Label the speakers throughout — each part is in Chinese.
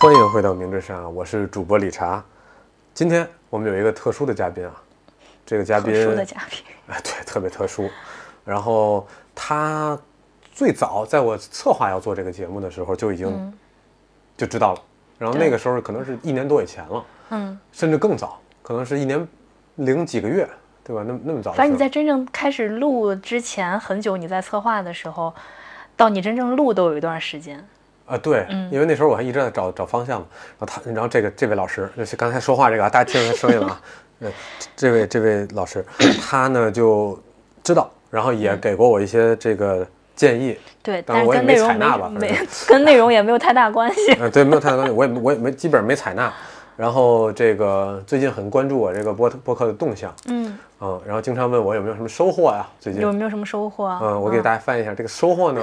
Speaker 1: 欢迎回到明之上，我是主播理查。今天我们有一个特殊的嘉宾啊，这个嘉
Speaker 2: 特
Speaker 1: 宾
Speaker 2: 殊的嘉宾，
Speaker 1: 哎，对，特别特殊。然后他最早在我策划要做这个节目的时候就已经
Speaker 2: 嗯
Speaker 1: 就知道了，然后
Speaker 2: 对
Speaker 1: 那个时候可能是一年多以前了，
Speaker 2: 嗯，
Speaker 1: 甚至更早，可能是一年零几个月，对吧？那那么早的时候，
Speaker 2: 反正你在真正开始录之前很久，你在策划的时候，到你真正录都有一段时间。
Speaker 1: 啊，对，
Speaker 2: 嗯
Speaker 1: 因为那时候我还一直在找找方向嘛。然后他，然后这个这位老师，就是刚才说话这个啊，大家听着他声音了啊。呃，这位这位老师，他呢就知道，然后
Speaker 2: 嗯
Speaker 1: 也给过我一些这个建议。
Speaker 2: 对，
Speaker 1: 当然
Speaker 2: 但是
Speaker 1: 我也
Speaker 2: 跟
Speaker 1: 没
Speaker 2: 内
Speaker 1: 采
Speaker 2: 容
Speaker 1: 纳吧
Speaker 2: 没没 跟内容也没有太大关系。
Speaker 1: 嗯、对，没有太大关系，我也我也没基本上没采纳。然后这个最近很关注我这个播播客的动向，
Speaker 2: 嗯，
Speaker 1: 嗯，然后经常问我有没有什么收获呀、最近
Speaker 2: 有没有什么收获？啊
Speaker 1: 嗯，我给大家翻译一下，这个收获呢，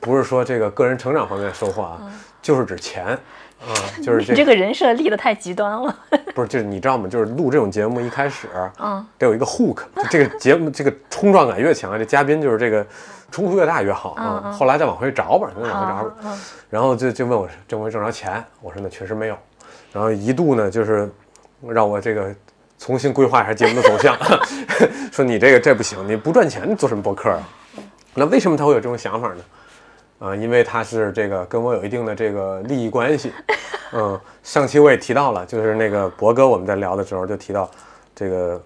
Speaker 1: 不是说这个个人成长方面的收获啊，就是指钱啊、 就是这
Speaker 2: 嗯你这个人设立得太极端了。
Speaker 1: 不是，就是你知道吗？就是录这种节目一开始
Speaker 2: 嗯，
Speaker 1: 得有一个 hook，就这个节目这个冲撞感越强，这嘉宾就是这个冲突越大越好啊。后来再往回找吧，再往回找吧。
Speaker 2: 嗯
Speaker 1: 然后就就问我这回挣着钱，我说那确实没有。然后一度呢，就是让我这个重新规划一下节目的走向，说你这个这不行，你不赚钱做什么博客啊？那为什么他会有这种想法呢？啊、因为他是这个跟我有一定的这个利益关系。嗯，上期我也提到了，就是那个博哥我们在聊的时候就提到，这个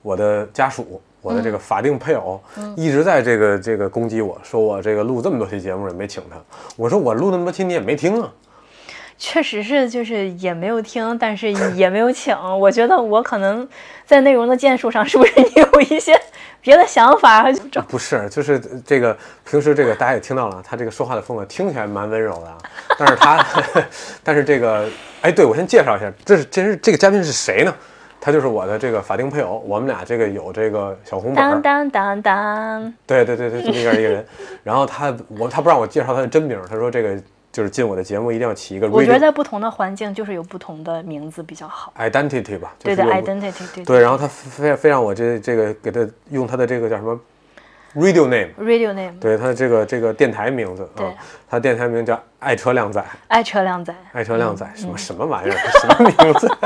Speaker 1: 我的家属，我的这
Speaker 2: 嗯
Speaker 1: 个法定配偶、一直在这个这个攻击我说我这个录这么多期节目也没请他，我说我录那么多期你也没听啊，
Speaker 2: 确实是，就是也没有听，但是也没有请。我觉得我可能在内容的建树上，是 不是你有一些别的想法？就这
Speaker 1: 不是，就是呃这个平时这个大家也听 到了，他这个说话的风格听起来蛮温柔的啊，但是他， 但是这个，哎，对我先介绍一下，这是这是这个嘉宾是谁呢？他就是我的这个法定配偶，我们俩这个有这个小红本儿
Speaker 2: 当，当当当，
Speaker 1: 对对对对，就那样一个人。然后他我他不让我介绍他的真名，他说这个就是进我的节目一定要起一个
Speaker 2: 我觉得
Speaker 1: radio
Speaker 2: 在不同的环境，就是有不同的名字比较好。
Speaker 1: identity 吧，就
Speaker 2: 对
Speaker 1: 是
Speaker 2: 的
Speaker 1: 有
Speaker 2: ，identity，对
Speaker 1: 对，然后他非非让我这这个给他用他的这个叫什么 radio name。
Speaker 2: ，radio name，
Speaker 1: 对他的这个这个电台名字啊、
Speaker 2: 对
Speaker 1: 他电台名叫爱车靓仔，
Speaker 2: 爱车靓仔。
Speaker 1: 爱车靓
Speaker 2: 嗯
Speaker 1: 仔什么什么玩意儿，什么名字，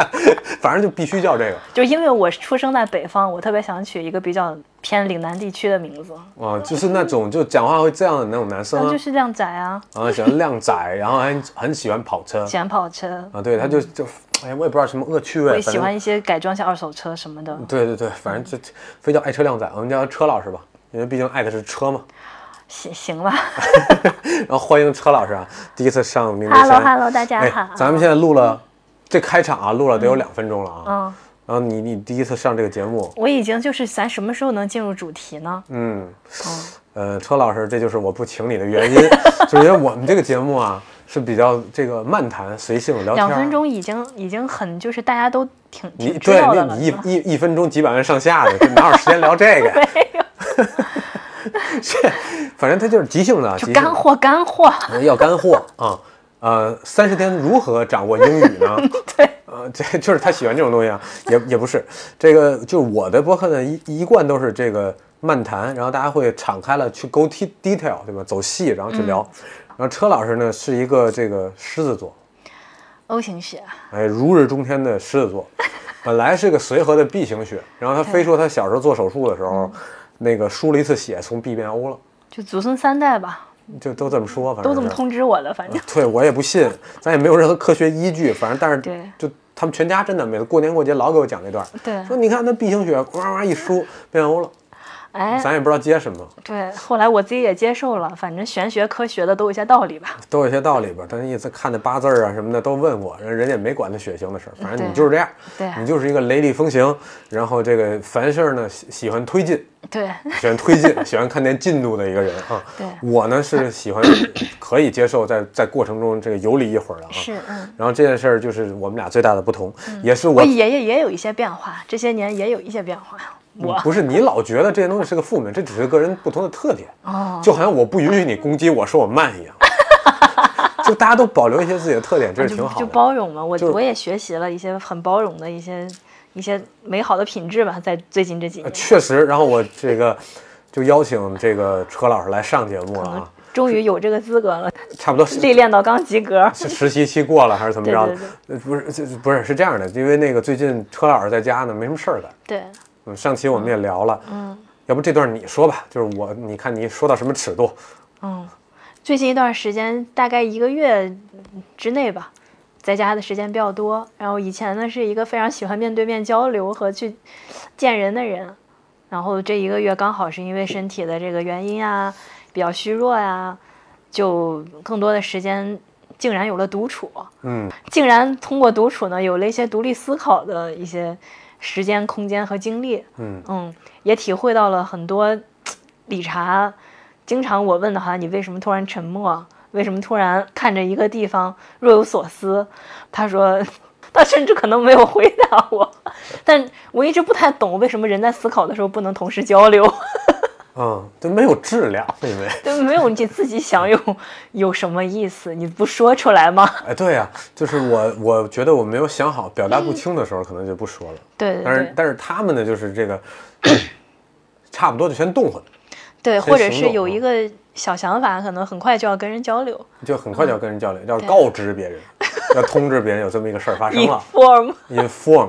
Speaker 1: 反正就必须叫这个
Speaker 2: 就因为我出生在北方，我特别想取一个比较偏岭南地区的名字，
Speaker 1: 啊、就是那种就讲话会这样的那种男生
Speaker 2: 那
Speaker 1: 啊
Speaker 2: 就，是靓仔啊，
Speaker 1: 啊喜欢靓仔，然后还很喜欢跑车
Speaker 2: 喜欢跑车，
Speaker 1: 啊，对，他就就哎呀，我也不知道什么恶趣味，
Speaker 2: 会
Speaker 1: 反
Speaker 2: 喜欢
Speaker 1: 正嗯
Speaker 2: 一些改装一下二手车什么的。
Speaker 1: 对对对，反正就就非叫爱车靓仔，我们叫他车老师吧，因为毕竟爱的是车嘛。
Speaker 2: 行行吧
Speaker 1: 然后欢迎车老师啊，第一次上名
Speaker 2: h
Speaker 1: 山
Speaker 2: e l l o h e l l o 大家好
Speaker 1: 哎，。咱们现在录了这开场啊，录了得有两分钟了啊。
Speaker 2: 嗯，
Speaker 1: 然后你你第一次上这个节目，
Speaker 2: 我已经就是咱什么时候能进入主题呢？
Speaker 1: 嗯，呃，车老师，这就是我不请你的原因，就是因为我们这个节目啊是比较这个漫谈、随性聊天，
Speaker 2: 两分。钟已经已经很就是大家都挺
Speaker 1: 嗯你
Speaker 2: 挺知
Speaker 1: 对
Speaker 2: 道的
Speaker 1: 你
Speaker 2: 了。
Speaker 1: 你一一一分钟几百万上下的，哪有时间聊这个？
Speaker 2: 没有，
Speaker 1: 反正他就是即兴的，即
Speaker 2: 就
Speaker 1: 兴的
Speaker 2: 干货干货。
Speaker 1: 要干货啊。呃，三十天如何掌握英语呢？
Speaker 2: 对，
Speaker 1: 呃，这就是他喜欢这种东西啊，也也不是这个，就是我的播客呢一一贯都是这个漫谈，然后大家会敞开了去 go t detail，对吧？走细，然后去聊。
Speaker 2: 嗯
Speaker 1: 然后车老师呢是一个这个狮子座，
Speaker 2: O 型血，
Speaker 1: 哎，如日中天的狮子 座，本来是个随和的 B 型血，然后他非说他小时候做手术的时
Speaker 2: 嗯
Speaker 1: 候，那个输了一次血，从 B 变 O 了，
Speaker 2: 就祖孙三代吧，
Speaker 1: 就都这么说，反正
Speaker 2: 都这么
Speaker 1: 是
Speaker 2: 通知我的，反正。
Speaker 1: 对，我也不信，咱也没有任何科学依据。反正，但是
Speaker 2: 对
Speaker 1: 就他们全家真的每次过年过节老给我讲这段儿，
Speaker 2: 对
Speaker 1: 说你看那 B 型血哇哇一 输变欧了，
Speaker 2: 哎，
Speaker 1: 咱也不知道接什么，
Speaker 2: 对，后来我自己也接受了，反正玄学、科学的都有一些道理吧。
Speaker 1: 都有些道理吧。但是一次看那八字儿啊什么的都问我，人人家也没管他血型的事儿，反正你
Speaker 2: 对
Speaker 1: 就是这样，
Speaker 2: 对
Speaker 1: 你就是一个雷厉风行，然后这个凡事呢喜喜欢推进，
Speaker 2: 对，
Speaker 1: 喜欢推进，喜欢看见进度的一个人啊。
Speaker 2: 对
Speaker 1: 我呢是喜欢可以接受在在过程中这个游离一会儿的啊。
Speaker 2: 是嗯。
Speaker 1: 然后这件事儿就是我们俩最大的不同，也是
Speaker 2: 我
Speaker 1: 我
Speaker 2: 爷爷也有一些变化，这些年也有一些变化。我
Speaker 1: 嗯不是你老觉得这些东西是个负面，这只是个人不同的特点，
Speaker 2: 哦，
Speaker 1: 就好像我不允许你攻击我说我慢一 样，就大家都保留一些自己的特点，这是挺
Speaker 2: 啊就
Speaker 1: 好
Speaker 2: 就
Speaker 1: 的。
Speaker 2: 包容嘛，我
Speaker 1: 就是
Speaker 2: 我也学习了一些很包容的一些一些美好的品质吧，在最近这几
Speaker 1: 呃
Speaker 2: 年，
Speaker 1: 确实，然后我这个就邀请这个车老师来上节目了啊，
Speaker 2: 终于有这个资格了，
Speaker 1: 差不多
Speaker 2: 历练到刚及格。
Speaker 1: 是实习期过了还是怎么着的？
Speaker 2: 对对
Speaker 1: 呃不是，这不是是这样的，因为那个最近车老师在家呢，没什么事儿干。
Speaker 2: 对，
Speaker 1: 嗯，上期我们也聊了，嗯，要不这段你说吧，就是我，你看你说到什么尺度？
Speaker 2: 嗯，最近一段时间，大概一个月之内吧，在家的时间比较多。然后以前呢是一个非常喜欢面对面交流和去见人的人，然后这一个月刚好是因为身体的这个原因啊，比较虚弱呀、就更多的时间竟然有了独处，
Speaker 1: 嗯，
Speaker 2: 竟然通过独处呢，有了一些独立思考的一些时间、空间和精力。
Speaker 1: 嗯
Speaker 2: 也体会到了很多理查经常我问的话，你为什么突然沉默？为什么突然看着一个地方若有所思？他说， 他甚至可能没有回答我，但我一直不太懂为什么人在思考的时候不能同时交流。
Speaker 1: 嗯，就没有质量，因为，
Speaker 2: 对，没有你自己想有有什么意思？你不说出来吗？
Speaker 1: 哎，对呀、就是我，我觉得我没有想好，表达不清的时候，可能就不说了。
Speaker 2: 对嗯对
Speaker 1: 但
Speaker 2: 对
Speaker 1: 是，但是他们呢，就是这个，差不多就先动会儿，
Speaker 2: 对，
Speaker 1: 先
Speaker 2: 或者
Speaker 1: 行
Speaker 2: 是
Speaker 1: 动
Speaker 2: 有
Speaker 1: 啊
Speaker 2: 一个小想法，可能很快就要跟人交流。
Speaker 1: 就很快就要跟人交
Speaker 2: 嗯
Speaker 1: 流，要告知别人，要通知别人有这么一个事儿发生 了
Speaker 2: inform，
Speaker 1: ，inform。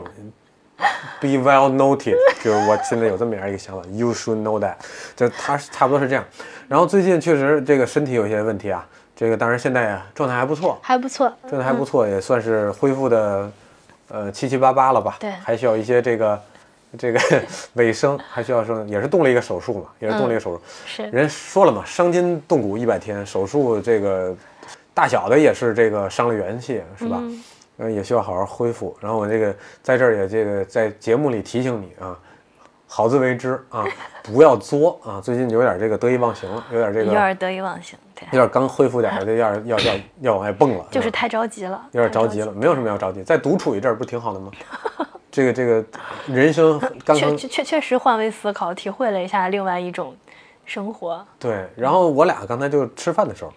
Speaker 1: Be well noted，就是我现在有这么样一个想法，You should know that，就他是差不多是这样。然后最近确实这个身体有一些问题啊，这个当然现在啊状态还不错，
Speaker 2: 还不错。
Speaker 1: 状态还不错，也算是恢复的，呃七七八八了吧。
Speaker 2: 对
Speaker 1: 还需要一些这个这个 尾声，还需要说也是动了一个手术嘛，也是动了一个手术。
Speaker 2: 是，
Speaker 1: 人说了嘛，伤筋动骨一百天，手术这个大小的也是这个伤了元气，是吧？
Speaker 2: 嗯
Speaker 1: 呃，也需要好好恢复。然后我这个在这儿也这个在节目里提醒你啊，好自为之啊，不要作啊。最近有点这个得意忘形了，有点这
Speaker 2: 有
Speaker 1: 个
Speaker 2: 点得意忘形。对。
Speaker 1: 有点刚恢复点儿，就要要要要往外蹦了，
Speaker 2: 就是
Speaker 1: 吧
Speaker 2: 太着急了，
Speaker 1: 有点
Speaker 2: 太
Speaker 1: 着急了，没有什么要着急，再独处一阵儿不挺好的吗？这个这个人生刚
Speaker 2: 确
Speaker 1: 刚
Speaker 2: 确确确实换位思考，体会了一下另外一种生活。
Speaker 1: 对，然后我俩刚才就吃饭的时候，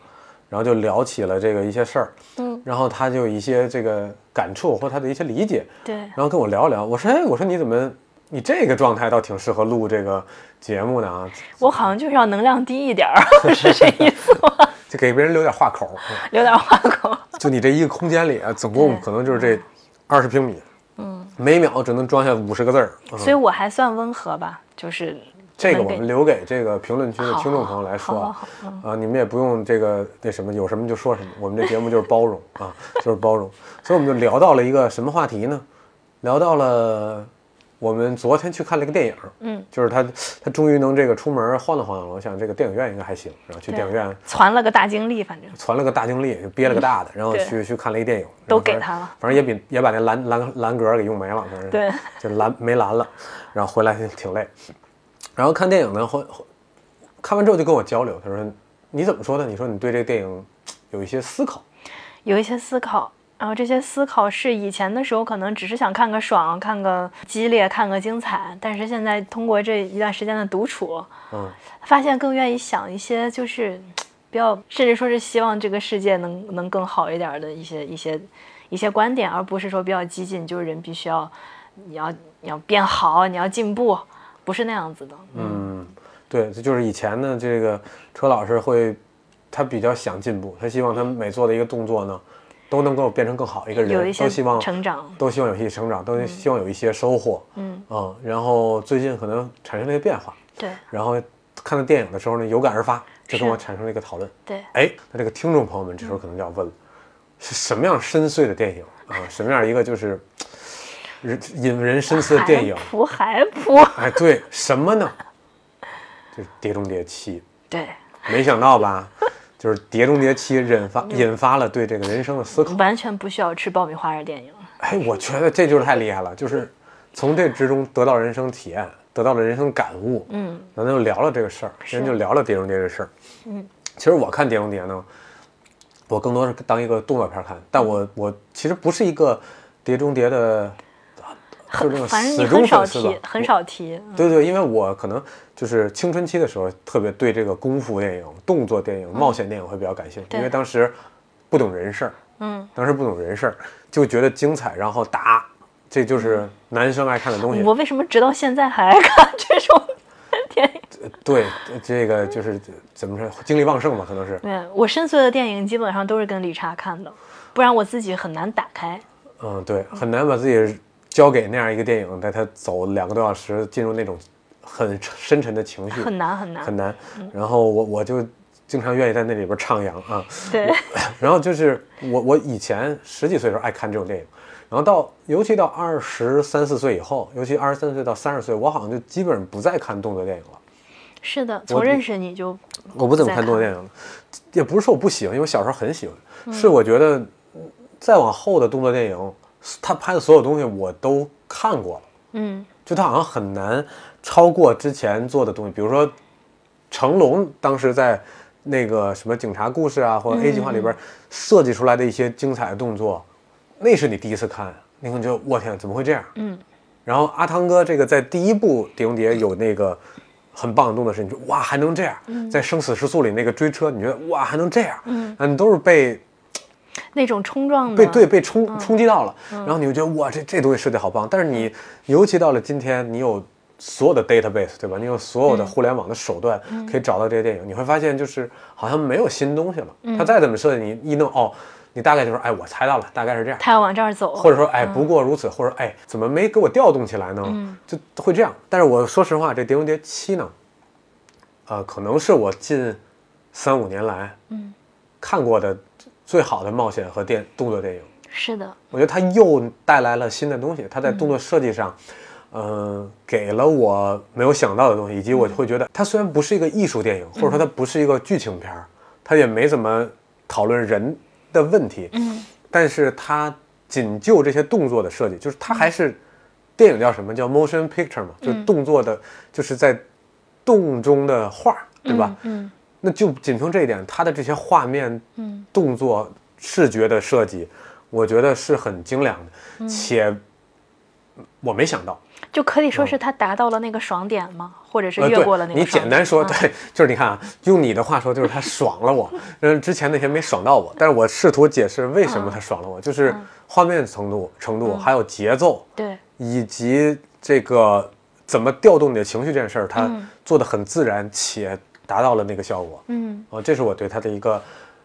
Speaker 1: 然后就聊起了这个一些事儿，
Speaker 2: 嗯，
Speaker 1: 然后他就一些这个感触或他的一些理解，
Speaker 2: 对，
Speaker 1: 然后跟我聊一聊，我说哎，我说你怎么你这个状态倒挺适合录这个节目的啊，
Speaker 2: 我好像就是要能量低一 点儿，是这意思吗？
Speaker 1: 就给别人留点话口儿，
Speaker 2: 留点话口。
Speaker 1: 就你这一个空间里啊，总共
Speaker 2: 对
Speaker 1: 可能就是这二十平米，嗯，每秒只能装下五十个字儿，嗯
Speaker 2: 所以我还算温和吧，就是
Speaker 1: 这个
Speaker 2: 能
Speaker 1: 我
Speaker 2: 给
Speaker 1: 们留给这个评论区的听众朋友来说
Speaker 2: 好
Speaker 1: 啊
Speaker 2: 好，嗯
Speaker 1: 啊，你们也不用这个那什么，有什么就说什么，我们这节目就是包容啊，就是包容。所以我们就聊到了一个什么话题呢？聊到了我们昨天去看了一个电影，
Speaker 2: 嗯，
Speaker 1: 就是他他终于能这个出门晃荡晃荡了，我想这个电影院应该还行，然后去
Speaker 2: 对
Speaker 1: 电影院
Speaker 2: 攒了个大精力，反正
Speaker 1: 攒了个大精力，憋了个大的，然后
Speaker 2: 嗯对
Speaker 1: 去去看了一电影，然
Speaker 2: 都
Speaker 1: 后反
Speaker 2: 给
Speaker 1: 正
Speaker 2: 他了，
Speaker 1: 反正也比也把那蓝蓝蓝格给用没了，反正
Speaker 2: 对，
Speaker 1: 就蓝没蓝了，然后回来挺累，然后看电影呢，后后看完之后就跟我交流，他说你怎么说呢？你说你对这个电影有一些思考，
Speaker 2: 有一些思考。然后这些思考是以前的时候可能只是想看个爽、看个激烈、看个精彩，但是现在通过这一段时间的独处，
Speaker 1: 嗯，
Speaker 2: 发现更愿意想一些就是比较，甚至说是希望这个世界能能更好一点儿的一些一些一些观点，而不是说比较激进，就是人必须要你要你要变好，你要进步，不是那样子的。嗯，
Speaker 1: 对，这就是以前呢，这个车老师会他比较想进步，他希望他每做的一个动作呢，都能够变成更好一个人，
Speaker 2: 有一些
Speaker 1: 都希望
Speaker 2: 成长，
Speaker 1: 都希望有一些成长，都希望有一些收获，
Speaker 2: 嗯，
Speaker 1: 嗯，然后最近可能产生了一些变化，
Speaker 2: 对
Speaker 1: 然后看到电影的时候呢，有感而发，就跟
Speaker 2: 是
Speaker 1: 我产生了一个讨论。
Speaker 2: 对，
Speaker 1: 哎，那这个听众朋友们这时候可能就要问了，是什么样深邃的电影啊？什么样一个就是人引人深思的电影？
Speaker 2: 普海普，
Speaker 1: 哎，对，什么呢？就是《碟中谍七
Speaker 2: 对，》，
Speaker 1: 没想到吧？就是《碟中谍七》引发
Speaker 2: 嗯
Speaker 1: 引发了对这个人生的思考。
Speaker 2: 完全不需要吃爆米花的电影。
Speaker 1: 哎，我觉得这就是太厉害了，就是从这之中得到人生体验，得到了人生感悟。
Speaker 2: 嗯，
Speaker 1: 咱就聊了这个事儿，人就聊了《碟中谍》这事儿。嗯，其实我看《碟中谍》呢，我更多是当一个动作片儿看，但我我其实不是一个《碟中谍》的，就是那种
Speaker 2: 反正你
Speaker 1: 死
Speaker 2: 很
Speaker 1: 忠
Speaker 2: 少
Speaker 1: 粉丝吧
Speaker 2: 提，。很少提。嗯
Speaker 1: 对对，因为我可能就是青春期的时候，特别对这个功夫电影、动作电影、冒险电影会比较感兴趣，
Speaker 2: 嗯对
Speaker 1: 因为当时不懂人事儿，
Speaker 2: 嗯，
Speaker 1: 当时不懂人事儿，就觉得精彩，然后
Speaker 2: 嗯
Speaker 1: 打，这就是男生爱看的东西。
Speaker 2: 我为什么直到现在还爱看这种 电影。
Speaker 1: 对，这个就是怎么说，精力旺盛嘛，可能是。
Speaker 2: 对我深邃的电影基本上都是跟理查看的，不然我自己很难打开。
Speaker 1: 嗯，对，很难把自己交给那样一个电影，带他走两个多小时，进入那种很深沉的情绪，
Speaker 2: 很难很难
Speaker 1: 很难。然后我我就经常愿意在那里边徜徉啊。
Speaker 2: 对，
Speaker 1: 然后就是我我以前十几岁的时候爱看这种电影，然后到尤其到二十三四岁以后，尤其二十三岁到三十岁，我好像就基本上不再看动作电影了。
Speaker 2: 是的，从认识你就
Speaker 1: 我不怎么看动作电影了，嗯也不是说我不喜欢，因为我小时候很喜欢，是我觉得再往后的动作电影，他拍的所有东西我都看过了，
Speaker 2: 嗯
Speaker 1: 就他好像很难超过之前做的东西，比如说成龙当时在。那个什么警察故事啊，或者 A 计划里边设计出来的一些精彩的动作，那是你第一次看，你可能觉得我天怎么会这样？
Speaker 2: 嗯，
Speaker 1: 然后阿汤哥这个在第一部《碟中谍》有那个很棒的动作时，你就哇还能这样，在《生死时速》里那个追车，你觉得哇还能这样，
Speaker 2: 嗯，
Speaker 1: 啊你都是被
Speaker 2: 那种冲撞的，
Speaker 1: 被对被冲冲击到了，然后你就觉得哇这这东西设计好棒，但是你尤其到了今天，你有所有的 database 对吧？你有所有的互联网的手段可以找到这些电影，你会发现就是好像没有新东西了，它再怎么设计你一弄哦，你大概就是哎我猜到了，大概是这样。
Speaker 2: 他要往这儿走，
Speaker 1: 或者说，哎，不过如此，或者哎，怎么没给我调动起来呢？就会这样。但是我说实话，这《碟中谍七》呢，呃，可能是我近三五年来，
Speaker 2: 嗯
Speaker 1: 看过的最好的冒险和电动作电影。
Speaker 2: 是的，
Speaker 1: 我觉得它又带来了新的东西，它在动作设计上，嗯、给了我没有想到的东西，以及我会觉得它虽然不是一个艺术电影，或者说它不是一个剧情片儿，它也没怎么讨论人的问题，
Speaker 2: 嗯
Speaker 1: 但是它仅就这些动作的设计，就是它还是电影叫什么叫 motion picture 嘛，就是动作的，就是在动中的画儿，对吧？？
Speaker 2: 嗯
Speaker 1: 那就仅凭这一点，它的这些画面
Speaker 2: 嗯
Speaker 1: 动作、视觉的设计，我觉得是很精良的，且我没想到，
Speaker 2: 嗯，就可以说是他达到了那个爽点吗？或者是
Speaker 1: 啊呃，
Speaker 2: 越
Speaker 1: 对
Speaker 2: 过了那个爽点？
Speaker 1: 你简单说，
Speaker 2: 嗯
Speaker 1: 对，就是你看啊，用你的话说，就是他爽了我，嗯，之前那些没爽到我，但是我试图解释为什么
Speaker 2: 嗯
Speaker 1: 他爽了我，就是画面程度、程度，还有节奏，
Speaker 2: 对，
Speaker 1: 以及这个怎么调动你的情绪这件事儿，他
Speaker 2: 嗯
Speaker 1: 做的很自然，且达到了那个效果，
Speaker 2: 嗯，
Speaker 1: 啊，这是我对他的一个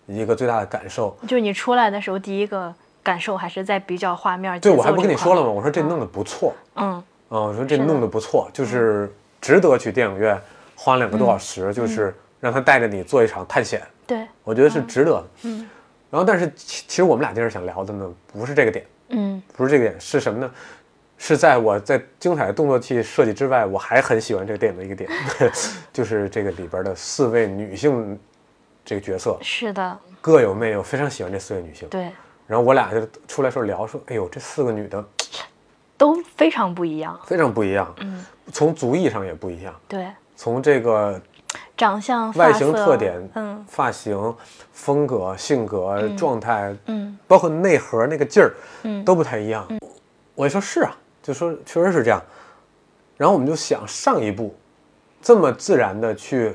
Speaker 1: 一个最大的感受。
Speaker 2: 就你出来的时候，第一个感受还是在比较画面
Speaker 1: 对，
Speaker 2: 节
Speaker 1: 我还
Speaker 2: 奏
Speaker 1: 不跟
Speaker 2: 这
Speaker 1: 你
Speaker 2: 块
Speaker 1: 说了吗？我说这弄得不错，
Speaker 2: 嗯
Speaker 1: 啊，我说这弄得不错，就是值得去电影院花两个
Speaker 2: 嗯
Speaker 1: 多小时，就是让他带着你做一场探险，
Speaker 2: 对
Speaker 1: 我觉得是值得的。
Speaker 2: 嗯
Speaker 1: 然后，但是其其实我们俩今儿想聊的呢，不是这个点，
Speaker 2: 嗯
Speaker 1: 不是这个点，是什么呢？是在我在精彩的动作戏设计之外，我还很喜欢这个电影的一个点， 就是这个里边的四位女性这个角色
Speaker 2: 是的
Speaker 1: 各有魅力，我非常喜欢这四位女性。
Speaker 2: 对
Speaker 1: 然后我俩就出来时候聊说，哎呦，这四个女的
Speaker 2: 都非常不一样
Speaker 1: 非常不一样，
Speaker 2: 嗯
Speaker 1: 从族裔上也不一样，
Speaker 2: 对
Speaker 1: 从这个
Speaker 2: 长相
Speaker 1: 外
Speaker 2: 发
Speaker 1: 形
Speaker 2: 色
Speaker 1: 特点、
Speaker 2: 嗯
Speaker 1: 发型、风格、性格、状态，
Speaker 2: 嗯
Speaker 1: 包括内核那个劲儿，
Speaker 2: 嗯
Speaker 1: 都不太一样。我一说是啊，就说确实是这样。然后我们就想上一步这么自然的去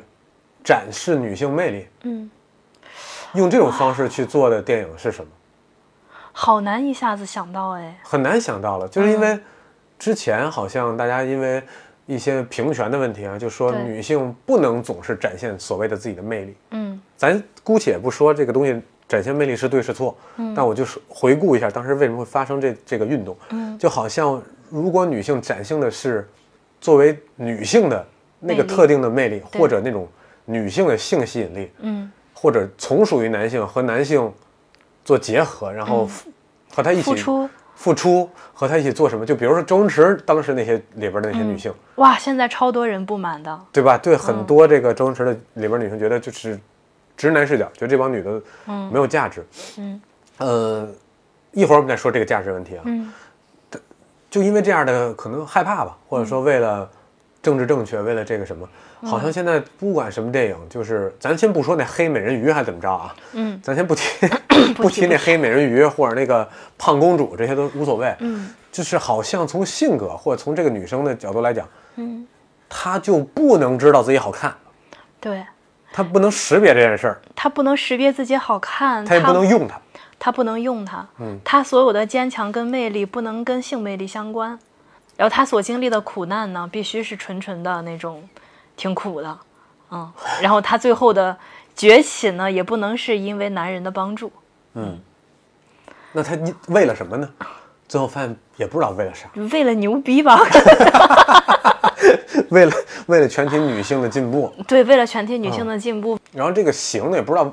Speaker 1: 展示女性魅力，
Speaker 2: 嗯，
Speaker 1: 用这种方式去做的电影是什么？
Speaker 2: 好难一下子想到哎
Speaker 1: 很难想到了，就是因为
Speaker 2: 嗯
Speaker 1: 之前好像大家因为一些平权的问题啊，就说
Speaker 2: 对
Speaker 1: 女性不能总是展现所谓的自己的魅力。
Speaker 2: 嗯
Speaker 1: 咱姑且不说这个东西展现魅力是对是错，但我就是回顾一下当时为什么会发生这这个运动，
Speaker 2: 嗯
Speaker 1: 就好像如果女性展现的是作为女性的那个
Speaker 2: 魅力
Speaker 1: 特定的魅力，
Speaker 2: 对
Speaker 1: 或者那种女性的性吸引力，
Speaker 2: 嗯
Speaker 1: 或者从属于男性和男性做结合，然后和他一起
Speaker 2: 嗯付出
Speaker 1: 付出和他一起做什么？就比如说周星驰当时那些里边的那些女性，
Speaker 2: 哇现在超多人不满的
Speaker 1: 对吧？对很多这个周星驰的里边女性觉得就是直男视角，觉得这帮女的没有价值。
Speaker 2: 嗯
Speaker 1: 呃，一会儿我们再说这个价值问题啊。
Speaker 2: 嗯
Speaker 1: 就因为这样的可能害怕吧，或者说为了政治正确，为了这个什么，好像现在不管什么电影，就是咱先不说那黑美人鱼还怎么着啊，
Speaker 2: 嗯
Speaker 1: 咱 先不提 不提那黑美人鱼或者那个胖公主这些都无所谓，
Speaker 2: 嗯
Speaker 1: 就是好像从性格或者从这个女生的角度来讲，
Speaker 2: 嗯
Speaker 1: 她就不能知道自己好看，
Speaker 2: 对
Speaker 1: 她不能识别这件事儿，
Speaker 2: 他不能识别自己好看，
Speaker 1: 她也
Speaker 2: 他
Speaker 1: 不能用它。
Speaker 2: 他嗯不能用它，
Speaker 1: 嗯
Speaker 2: 他所有的坚强跟魅力不能跟性魅力相关，然后他所经历的苦难呢，必须是纯纯的那种挺苦的，嗯。然后他最后的崛起呢，也不能是因为男人的帮助，
Speaker 1: 那他你为了什么呢？最后发现也不知道为了啥，
Speaker 2: 为了牛逼吧？
Speaker 1: 为了为了全体女性的进步，
Speaker 2: 对，为了全体女性的进步，
Speaker 1: 然后这个行呢也不知道，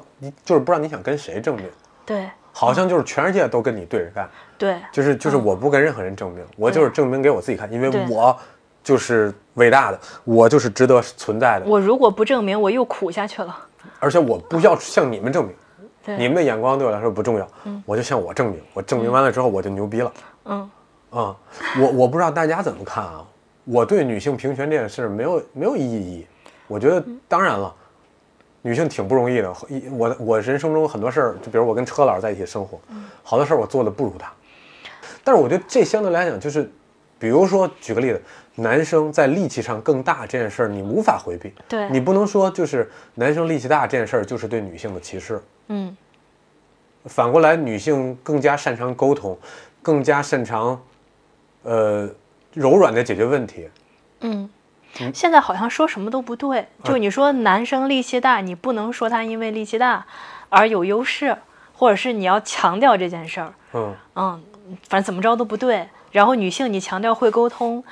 Speaker 1: 就是不知道你想跟谁证明，
Speaker 2: 对
Speaker 1: 好像就是全世界都跟你对着干，
Speaker 2: 对
Speaker 1: 就是就是我不跟任何人证明，我就是证明给我自己看，因为
Speaker 2: 对
Speaker 1: 我就是伟大的，我就是值得存在的，
Speaker 2: 我如果不证明，我又苦下去了。
Speaker 1: 而且我不要向你们证明，
Speaker 2: 对，
Speaker 1: 你们的眼光对我来说不重要，我就向我证明，我证明完了之后我就牛逼了。
Speaker 2: 嗯，
Speaker 1: 啊、我我不知道大家怎么看啊，我对女性平权这件事没有没有异议。我觉得当然了，女性挺不容易的。一我我人生中很多事儿，就比如我跟车老师在一起生活，
Speaker 2: 嗯
Speaker 1: 好多事儿我做的不如她。但是我觉得这相对来讲就是，比如说举个例子，男生在力气上更大这件事儿，你无法回避。
Speaker 2: 对
Speaker 1: 你不能说就是男生力气大这件事儿就是对女性的歧视。
Speaker 2: 嗯，
Speaker 1: 反过来，女性更加擅长沟通，更加擅长，呃，柔软的解决问题。
Speaker 2: 嗯，现在好像说什么都不对。
Speaker 1: 哎
Speaker 2: 就你说男生力气大，你不能说他因为力气大而有优势，或者是你要强调这件事儿。
Speaker 1: 嗯，
Speaker 2: 嗯，反正怎么着都不对。然后女性你强调会沟通，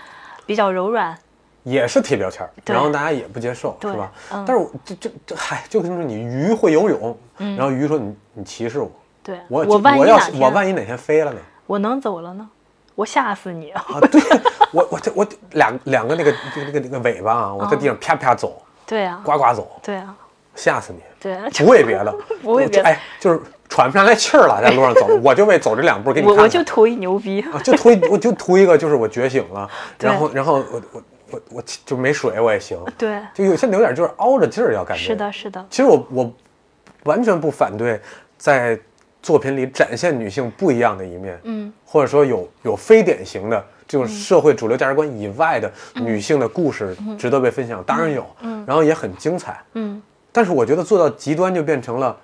Speaker 2: 比较柔软，
Speaker 1: 也是贴标签儿，
Speaker 2: 对
Speaker 1: 然后大家也不接受，是
Speaker 2: 对
Speaker 1: 吧？
Speaker 2: 嗯
Speaker 1: 但是我这这这，嗨，就跟说你鱼会游泳，然后鱼说你你歧视我，
Speaker 2: 对
Speaker 1: 我
Speaker 2: 嗯万一
Speaker 1: 要
Speaker 2: 哪
Speaker 1: 是
Speaker 2: 天
Speaker 1: 我万一哪天飞了呢？
Speaker 2: 我能走了呢，我吓死你！
Speaker 1: 啊，对， 我我这我两两个那个这个那个那个尾巴啊，我在地
Speaker 2: 嗯
Speaker 1: 上啪啪走，
Speaker 2: 对啊，
Speaker 1: 呱呱走，
Speaker 2: 对啊，
Speaker 1: 吓 死你！
Speaker 2: 对 啊，
Speaker 1: 不为别的，
Speaker 2: 不为
Speaker 1: 我
Speaker 2: 别的
Speaker 1: 哎，就是喘不上来气儿了，在路上走，我就为走这两步给你
Speaker 2: 我
Speaker 1: 看看。
Speaker 2: 我就图一牛逼。
Speaker 1: 啊，就图一我就图一个，就是我觉醒了，
Speaker 2: 对
Speaker 1: 然后然后我我我我就没水我也行，
Speaker 2: 对，
Speaker 1: 就有现在有点就是凹着劲儿要干这
Speaker 2: 是
Speaker 1: 个。
Speaker 2: 的，是的，
Speaker 1: 其实我我完全不反对在作品里展现女性不一样的一面，
Speaker 2: 嗯，
Speaker 1: 或者说有有非典型的这种社会主流价值观以外的
Speaker 2: 嗯
Speaker 1: 女性的故事值得被分享，当然有，然后也很精彩，
Speaker 2: 嗯，
Speaker 1: 但是我觉得做到极端就变成了，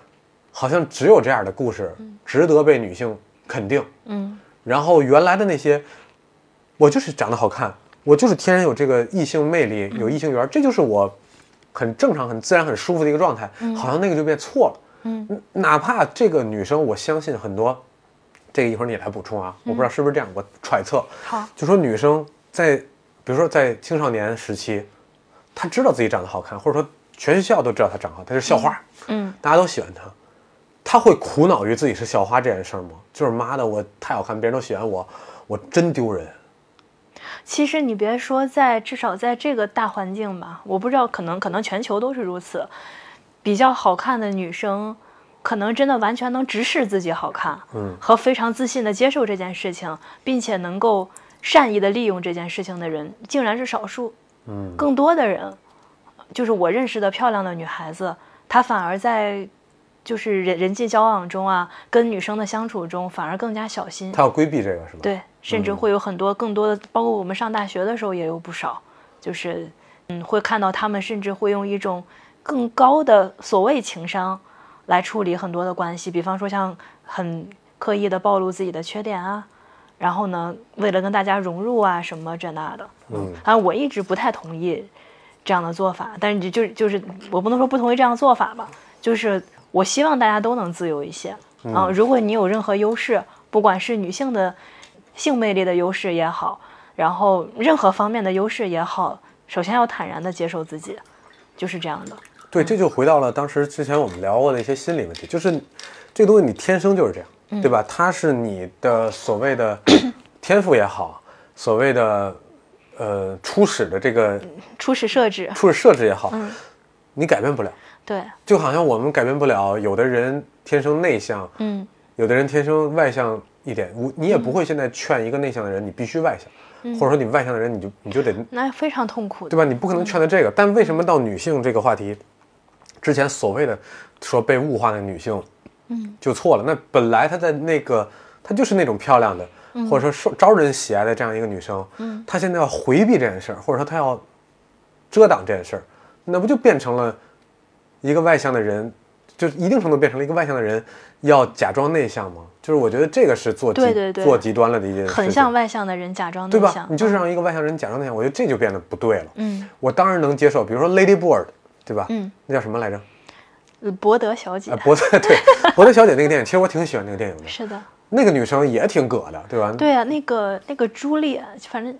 Speaker 1: 好像只有这样的故事值得被女性肯定，
Speaker 2: 嗯，
Speaker 1: 然后原来的那些，我就是长得好看，我就是天然有这个异性魅
Speaker 2: 嗯
Speaker 1: 力，有异性缘，这就是我很正常、很自然、很舒服的一个状态。好像那个就变错了。
Speaker 2: 嗯，
Speaker 1: 哪怕这个女生，我相信很多，这个一会儿你来补充啊，我
Speaker 2: 嗯
Speaker 1: 不知道是不是这样，我揣测，
Speaker 2: 好，
Speaker 1: 就说女生在，比如说在青少年时期，她知道自己长得好看，或者说全学校都知道她长得好，她是校花。
Speaker 2: 嗯，
Speaker 1: 大家都喜欢他，他会苦恼于自己是校花这件事儿吗？就是妈的，我太好看，别人都喜欢我，我真丢人。
Speaker 2: 其实你别说在，至少在这个大环境吧，我不知道，可能可能全球都是如此。比较好看的女生，可能真的完全能直视自己好看，嗯，和非常自信的接受这件事情，并且能够善意的利用这件事情的人，竟然是少数。
Speaker 1: 嗯，
Speaker 2: 更多的人，就是我认识的漂亮的女孩子，她反而在就是人人际交往中啊，跟女生的相处中，反而更加小心。
Speaker 1: 他要规避这个是吧？，嗯
Speaker 2: 对，甚至会有很多更多的，包括我们上大学的时候也有不少，就是嗯，会看到他们甚至会用一种更高的所谓情商来处理很多的关系，比方说像很刻意的暴露自己的缺点啊，然后呢，为了跟大家融入啊什么这那的，
Speaker 1: 嗯，
Speaker 2: 啊，我一直不太同意这样的做法，但是你就就是我不能说不同意这样的做法吧，就是我希望大家都能自由一些。
Speaker 1: 嗯
Speaker 2: 啊，如果你有任何优势，不管是女性的性魅力的优势也好，然后任何方面的优势也好，首先要坦然的接受自己，就是这样的。
Speaker 1: 对，这就回到了当时之前我们聊过的一些心理问题，就是这个东西你天生就是这样，
Speaker 2: 嗯
Speaker 1: 对吧？它是你的所谓 的天赋也好，所谓的呃初始的这个
Speaker 2: 初始设置，
Speaker 1: 初始设置也好，你改变不了。
Speaker 2: 对，
Speaker 1: 就好像我们改变不了，有的人天生内向，
Speaker 2: 嗯，
Speaker 1: 有的人天生外向一点，我你也不会现在劝一个内向的人你必须外向，或者说你外向的人你就你就得
Speaker 2: 那非常痛苦
Speaker 1: 对
Speaker 2: 的。
Speaker 1: 吧？你不可能劝他这个。但为什么到女性这个话题，之前所谓的说被物化的女性，嗯，就错了。那本来她在那个她就是那种漂亮的，
Speaker 2: 嗯
Speaker 1: 或者说受招人喜爱的这样一个女生，嗯，她现在要回避这件事儿，或者说她要遮挡这件事儿，那不就变成了一个外向的人就是一定程度变成了一个外向的人，要假装内向吗？就是我觉得这个是做极
Speaker 2: 对对对
Speaker 1: 做极端了的一件事情，
Speaker 2: 很像嗯外向的人假装
Speaker 1: 对
Speaker 2: 内
Speaker 1: 吧
Speaker 2: 向？，
Speaker 1: 你就是让一个外向人假装内向，我觉得这就变得不对了。
Speaker 2: 嗯
Speaker 1: 我当然能接受，比如说 Lady Bird，对吧？
Speaker 2: 嗯，
Speaker 1: 那叫什么来着？
Speaker 2: 博德小姐
Speaker 1: 呃，伯特 对伯特小姐那个电影，其实我挺喜欢那个电影的。
Speaker 2: 是的，
Speaker 1: 那个女生也挺葛的，对吧？
Speaker 2: 对啊，那个那个朱莉，啊反正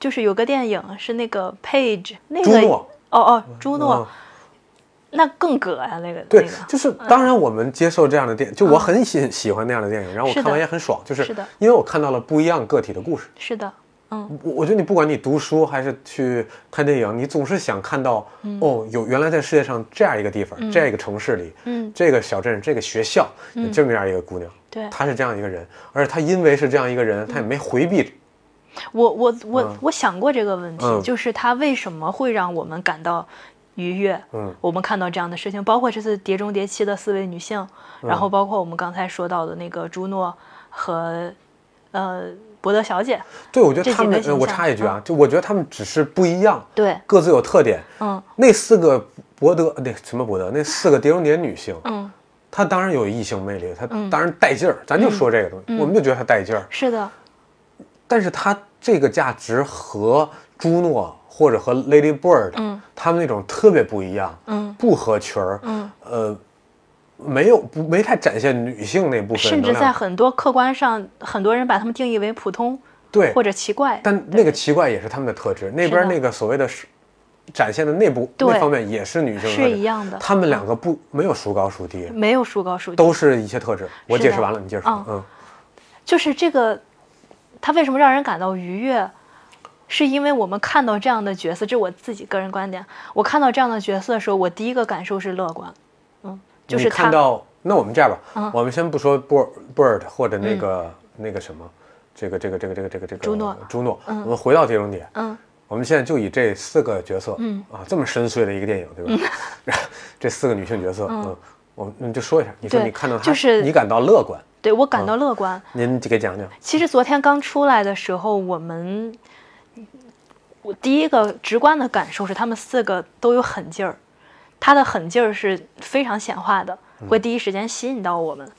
Speaker 2: 就是有个电影是那个 Page 那
Speaker 1: 朱
Speaker 2: 个
Speaker 1: 诺
Speaker 2: 哦哦朱诺，
Speaker 1: 嗯
Speaker 2: 那更葛呀、那个
Speaker 1: 对
Speaker 2: 那，个嗯
Speaker 1: 就是当然我们接受这样的电影，就我很喜喜欢那样的电影，然后我
Speaker 2: 是的
Speaker 1: 看完也很爽，就是
Speaker 2: 是的
Speaker 1: 因为我看到了不一样个体的故事。
Speaker 2: 是的，嗯
Speaker 1: 我我觉得你不管你读书还是去看电影，你总是想看到
Speaker 2: 嗯
Speaker 1: 哦，有原来在世界上这样一个地方，这样一个城市里，
Speaker 2: 嗯
Speaker 1: 这个小镇，这个学校有这么样一个姑娘，
Speaker 2: 对
Speaker 1: 她是这样一个人，而且她因为是这样一个人，她也没回避。
Speaker 2: 我我我、我想过这个问题，
Speaker 1: 嗯
Speaker 2: 就是它为什么会让我们感到愉悦？
Speaker 1: 嗯，
Speaker 2: 我们看到这样的事情，包括这次《碟中谍七》的四位女性，
Speaker 1: 嗯
Speaker 2: 然后包括我们刚才说到的那个朱诺和呃博德小姐，
Speaker 1: 对，我觉得
Speaker 2: 这几
Speaker 1: 他们
Speaker 2: 个，形
Speaker 1: 呃我
Speaker 2: 象嗯
Speaker 1: 插一句啊，就我觉得他们只是不一样，
Speaker 2: 对，
Speaker 1: 各自有特点。
Speaker 2: 嗯
Speaker 1: 那四个博德，那什么博德，那四个碟中谍女性，
Speaker 2: 嗯，
Speaker 1: 她当然有异性魅力，她当然带劲儿，咱就说这个东西，
Speaker 2: 嗯
Speaker 1: 我们就觉得她带劲儿。
Speaker 2: 是的，
Speaker 1: 但是她这个价值和朱诺或者和 Lady Bird，
Speaker 2: 嗯
Speaker 1: 他们那种特别不一样，
Speaker 2: 嗯
Speaker 1: 不合群儿，
Speaker 2: 嗯，
Speaker 1: 呃，没有不没太展现女性那部分
Speaker 2: 甚
Speaker 1: 能量，
Speaker 2: 至在很多客观上，很多人把他们定义为普通
Speaker 1: 对
Speaker 2: 或者奇怪，
Speaker 1: 但那个奇怪也是他们的特质，那边
Speaker 2: 是的
Speaker 1: 那个所谓的是展现的内部
Speaker 2: 对
Speaker 1: 那方面也是女性的特
Speaker 2: 是
Speaker 1: 质
Speaker 2: 一样的，嗯
Speaker 1: 他们两个不没有孰高孰低，
Speaker 2: 没有孰高孰低。
Speaker 1: 都是一些特质。我
Speaker 2: 是的
Speaker 1: 解释完了，你接着说
Speaker 2: 嗯。
Speaker 1: 嗯，
Speaker 2: 就是这个，他为什么让人感到愉悦，是因为我们看到这样的角色，这是我自己个人观点。我看到这样的角色的时候，我第一个感受是乐观，嗯，就是
Speaker 1: 你看
Speaker 2: 他，
Speaker 1: 到那我们这样吧
Speaker 2: 嗯，
Speaker 1: 我们先不说 Bird Bird 或者那个那个什么，这个这个这个这个这个这个
Speaker 2: 朱诺
Speaker 1: 朱诺，我们回到碟中谍。
Speaker 2: 嗯
Speaker 1: 我们现在就以这四个角色，
Speaker 2: 嗯
Speaker 1: 啊，这么深邃的一个电影，对吧？这四个女性角色，嗯，我们你就说一下，你说
Speaker 2: 对
Speaker 1: 你看到她，
Speaker 2: 就是
Speaker 1: 你感到乐观，
Speaker 2: 对我感到乐观。
Speaker 1: 您给讲讲。
Speaker 2: 其实昨天刚出来的时候，我们我第一个直观的感受是，他们四个都有狠劲儿，他的狠劲儿是非常显化的，会第一时间吸引到我们。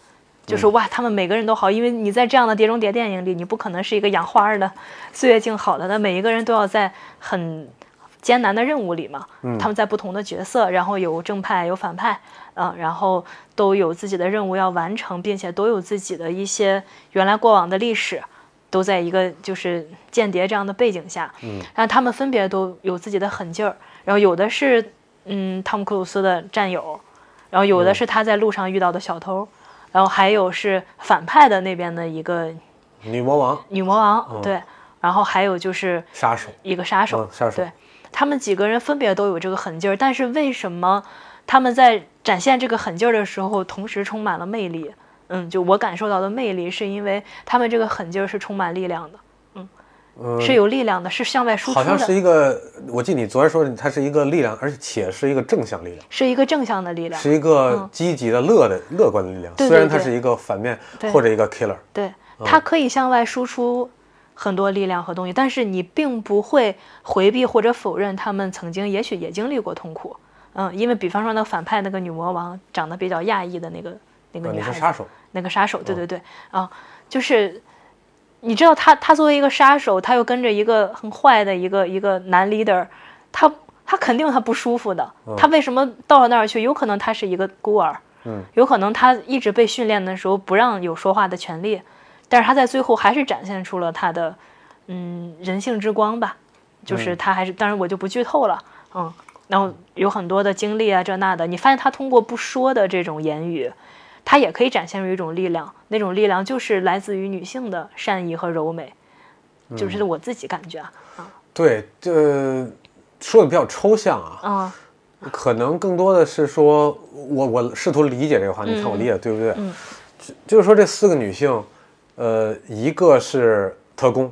Speaker 2: 就是哇，他们每个人都好，因为你在这样的《碟中谍》电影里，你不可能是一个养花儿的、岁月静好的，那每一个人都要在很艰难的任务里嘛。他们在不同的角色，然后有正派，有反派，嗯、然后都有自己的任务要完成，并且都有自己的一些原来过往的历史，都在一个就是间谍这样的背景下，嗯，但他们分别都有自己的狠劲儿，然后有的是嗯汤姆克鲁斯的战友，然后有的是他在路上遇到的小偷，然后还有是反派的那边的一个
Speaker 1: 女魔王
Speaker 2: 女魔王，对，然后还有就是
Speaker 1: 杀手，
Speaker 2: 一个杀手，
Speaker 1: 嗯杀手
Speaker 2: 对，他们几个人分别都有这个狠劲儿，但是为什么他们在展现这个狠劲儿的时候，同时充满了魅力？嗯，就我感受到的魅力，是因为他们这个狠劲儿是充满力量的，
Speaker 1: 嗯，
Speaker 2: 是有力量的，是向外输出
Speaker 1: 好
Speaker 2: 的，
Speaker 1: 像是一个，我记得你昨天说的它是一个力量，而且是一个正向力量，
Speaker 2: 是一个正向的力量。
Speaker 1: 是一个积极的、乐的、乐观的力量。
Speaker 2: 嗯对对
Speaker 1: 虽然它
Speaker 2: 对
Speaker 1: 是一个反面
Speaker 2: 对
Speaker 1: 或者一个 killer，
Speaker 2: 对，
Speaker 1: 嗯
Speaker 2: 它可以向外输出很多力量和东西，但是你并不会回避或者否认他们曾经也许也经历过痛苦。嗯，因为比方说那个反派那个女魔王长得比较亚裔的那个那个
Speaker 1: 啊
Speaker 2: 女
Speaker 1: 你
Speaker 2: 孩
Speaker 1: 是
Speaker 2: 子，
Speaker 1: 杀手，
Speaker 2: 那个杀手，对对对，啊，就是你知道他他作为一个杀手，他又跟着一个很坏的一个一个男 leader，他他肯定他不舒服的。他为什么到了那儿去？有可能他是一个孤儿，
Speaker 1: 嗯，
Speaker 2: 有可能他一直被训练的时候不让有说话的权利，但是他在最后还是展现出了他的嗯人性之光吧，就是他还是，当然我就不剧透了，嗯。然后有很多的经历啊，这那的，你发现他通过不说的这种言语，它也可以展现出一种力量，那种力量就是来自于女性的善意和柔美，就是
Speaker 1: 嗯
Speaker 2: 我自己感觉啊，
Speaker 1: 对，这说的比较抽象啊，
Speaker 2: 嗯
Speaker 1: 可能更多的是说，我我试图理解这个话，你看我理解对不对？
Speaker 2: 嗯
Speaker 1: 就就是说这四个女性，呃，一个是特工，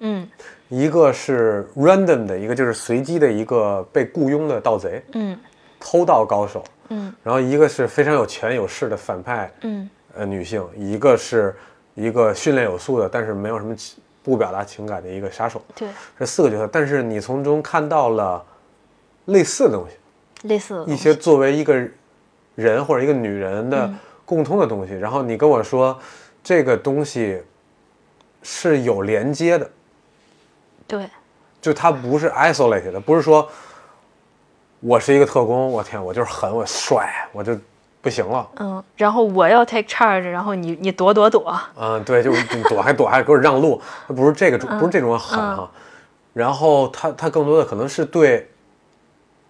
Speaker 2: 嗯
Speaker 1: 一个是 random 的，一个就是随机的一个被雇佣的盗贼、
Speaker 2: 嗯
Speaker 1: 偷盗高手，
Speaker 2: 嗯
Speaker 1: 然后一个是非常有权有势的反派
Speaker 2: 嗯
Speaker 1: 呃女性，一个是一个训练有素的，但是没有什么情不表达情感的一个杀手，
Speaker 2: 对，
Speaker 1: 这四个角色，但是你从中看到了类似的东西，
Speaker 2: 类似的
Speaker 1: 一
Speaker 2: 东
Speaker 1: 些
Speaker 2: 西，
Speaker 1: 作为一个人或者一个女人的
Speaker 2: 嗯
Speaker 1: 共通的东西，然后你跟我说这个东西是有连接的，
Speaker 2: 对，
Speaker 1: 就它不是 isolate 的，不是说我是一个特工，我天，我就是狠，我帅，我就不行了。
Speaker 2: 嗯，然后我要 take charge，然后你你躲躲躲，
Speaker 1: 嗯，对，就是你躲还躲还给我让路，它不是这个种，不是这
Speaker 2: 嗯
Speaker 1: 种狠哈。然后他他更多的可能是对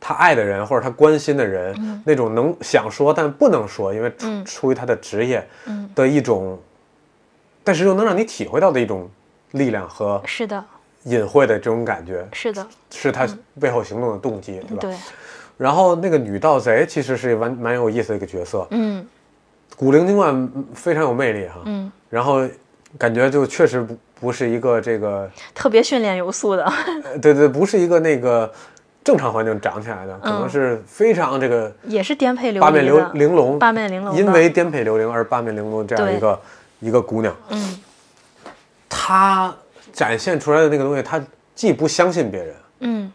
Speaker 1: 他爱的人或者他关心的人、那种能想说但不能说，因为出、
Speaker 2: 嗯
Speaker 1: 出于他的职业
Speaker 2: 嗯
Speaker 1: 的一种，但是又能让你体会到的一种力量和
Speaker 2: 是的，
Speaker 1: 隐晦的这种感觉，
Speaker 2: 是的，
Speaker 1: 是他背后行动的动机，对吧？
Speaker 2: 嗯对，
Speaker 1: 然后那个女盗贼其实是蛮蛮有意思的一个角色，
Speaker 2: 嗯
Speaker 1: 古灵精怪，嗯非常有魅力哈。
Speaker 2: 嗯，
Speaker 1: 然后感觉就确实不不是一个这个，
Speaker 2: 特别训练有素的，
Speaker 1: 呃对对，不是一个那个正常环境长起来的，可能是非常这个
Speaker 2: 也是颠嗯沛流
Speaker 1: 八面
Speaker 2: 离
Speaker 1: 玲
Speaker 2: 的，
Speaker 1: 玲珑，
Speaker 2: 八面玲珑的，
Speaker 1: 因为颠沛流离而八面玲珑这样
Speaker 2: 对
Speaker 1: 一个一个姑娘，
Speaker 2: 嗯
Speaker 1: 她展现出来的那个东西，她既不相信别人，
Speaker 2: 嗯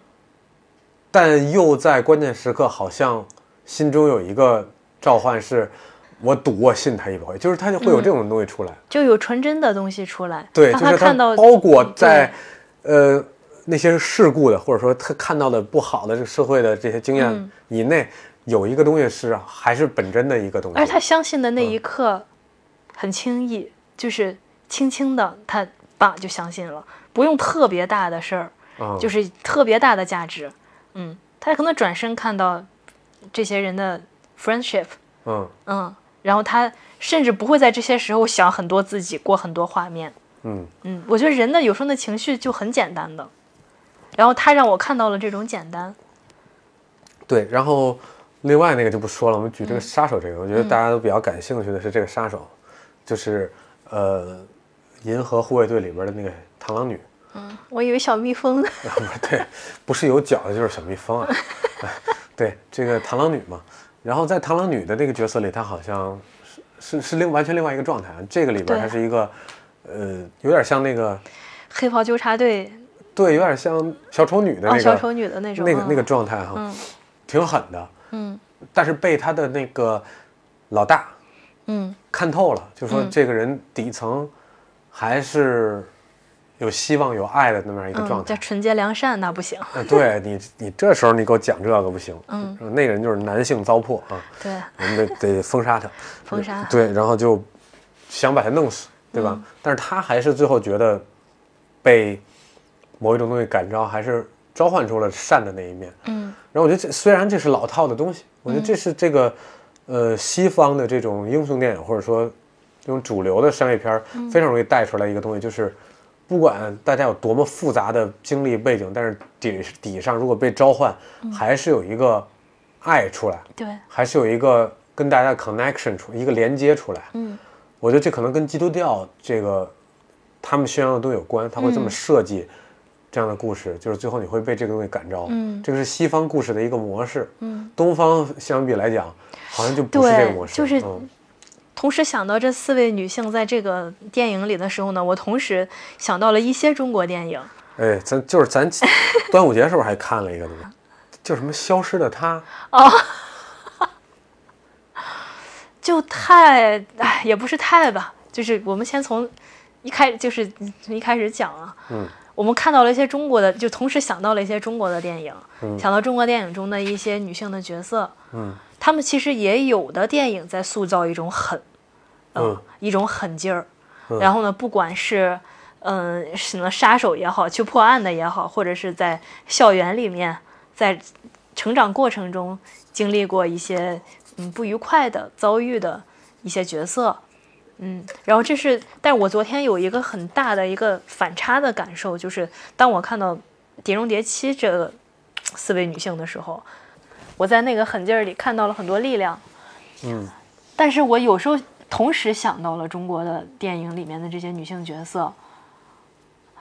Speaker 1: 但又在关键时刻好像心中有一个召唤是。我赌我信他一回，就是她就会有
Speaker 2: 嗯
Speaker 1: 这种东西出来。
Speaker 2: 就有纯真的东西出来，
Speaker 1: 对，就
Speaker 2: 让
Speaker 1: 是
Speaker 2: 看到嗯
Speaker 1: 包括
Speaker 2: 对
Speaker 1: 在呃那些事故的，或者说他看到的不好的这个社会的这些经验
Speaker 2: 嗯
Speaker 1: 以内，有一个东西是啊还是本真的一个东
Speaker 2: 而
Speaker 1: 西
Speaker 2: 他。相信的那
Speaker 1: 嗯
Speaker 2: 一刻，很轻易，就是轻轻的，他爸就相信了，不用特别大的事儿，
Speaker 1: 嗯
Speaker 2: 就是特别大的价值。嗯，他可能转身看到这些人的 friendship，
Speaker 1: 嗯
Speaker 2: 嗯，然后他甚至不会在这些时候想很多自己，过很多画面。
Speaker 1: 嗯，
Speaker 2: 嗯，我觉得人的有时候的情绪就很简单的，然后他让我看到了这种简单。
Speaker 1: 对。然后另外那个就不说了，我们举这个
Speaker 2: 嗯
Speaker 1: 杀手这个，我觉得大家都比较感兴趣的是这个杀手，就是呃银河护卫队里边的那个螳螂女。
Speaker 2: 我以为小蜜蜂呢，
Speaker 1: 对，不是有脚的就是小蜜 蜂啊。哎对，这个螳螂女嘛，然后在螳螂女的那个角色里，她好像是是是另完全另外一个状态啊。这个里边
Speaker 2: 对
Speaker 1: 她是一个，呃，有点像那个，
Speaker 2: 黑袍纠察队
Speaker 1: 对，有点像小丑女的
Speaker 2: 哦，
Speaker 1: 那个、
Speaker 2: 小丑女的那种，
Speaker 1: 那个
Speaker 2: 嗯
Speaker 1: 那个状态哈、
Speaker 2: 嗯
Speaker 1: 挺狠的，
Speaker 2: 嗯
Speaker 1: 但是被她的那个老大
Speaker 2: 嗯
Speaker 1: 看透了，就说
Speaker 2: 嗯
Speaker 1: 这个人底层还是有希望、有爱的那么样一个状
Speaker 2: 嗯，
Speaker 1: 态
Speaker 2: 叫。纯洁良善那不行。
Speaker 1: 啊，对你，你这时候你给我讲这个不行。
Speaker 2: 嗯，
Speaker 1: 那个人就是男性糟粕啊，
Speaker 2: 对，
Speaker 1: 我们得得封杀他。
Speaker 2: 封杀嗯
Speaker 1: 对，然后就想把他弄死，对吧？但是他还是最后觉得被某一种东西感召，还是召唤出了善的那一面。
Speaker 2: 嗯
Speaker 1: 然后我觉得这虽然这是老套的东西，我觉得这是这个、呃西方的这种英雄电影或者说这种主流的商业片儿非常容易带出来一个东西，就是不管大家有多么复杂的经历背景，但是底底上如果被召唤，还是有一个爱出来，
Speaker 2: 对，
Speaker 1: 还是有一个跟大家的 connection 出一个连接出来。
Speaker 2: 嗯
Speaker 1: 我觉得这可能跟基督教这个他们宣扬的东西有关，他会这么
Speaker 2: 嗯
Speaker 1: 设计这样的故事，就是最后你会被这个东西感召。
Speaker 2: 嗯
Speaker 1: 这个是西方故事的一个模式，
Speaker 2: 嗯。
Speaker 1: 东方相比来讲，好像就不是这个模式。
Speaker 2: 对就是
Speaker 1: 嗯
Speaker 2: 同时想到这四位女性在这个电影里的时候呢，我同时想到了一些中国电影。
Speaker 1: 哎，咱就是咱 端午节时候还看了一个东西，叫什么《消失的她》。
Speaker 2: 就太哎，也不是太吧，就是我们先从一开，就是从一开始讲啊，
Speaker 1: 嗯，
Speaker 2: 我们看到了一些中国的，就同时想到了一些中国的电影，想到中国电影中的一些女性的角色，
Speaker 1: 嗯，
Speaker 2: 他们其实也有的电影在塑造一种狠，
Speaker 1: 嗯
Speaker 2: 一种狠劲儿，
Speaker 1: 嗯
Speaker 2: 然后呢，不管是。嗯，什么杀手也好，去破案的也好，或者是在校园里面，在成长过程中经历过一些嗯不愉快的遭遇的一些角色，嗯，然后这是，但我昨天有一个很大的一个反差的感受，就是当我看到《碟中谍七》这个四位女性的时候，我在那个狠劲儿里看到了很多力量，
Speaker 1: 嗯，
Speaker 2: 但是我有时候同时想到了中国的电影里面的这些女性角色，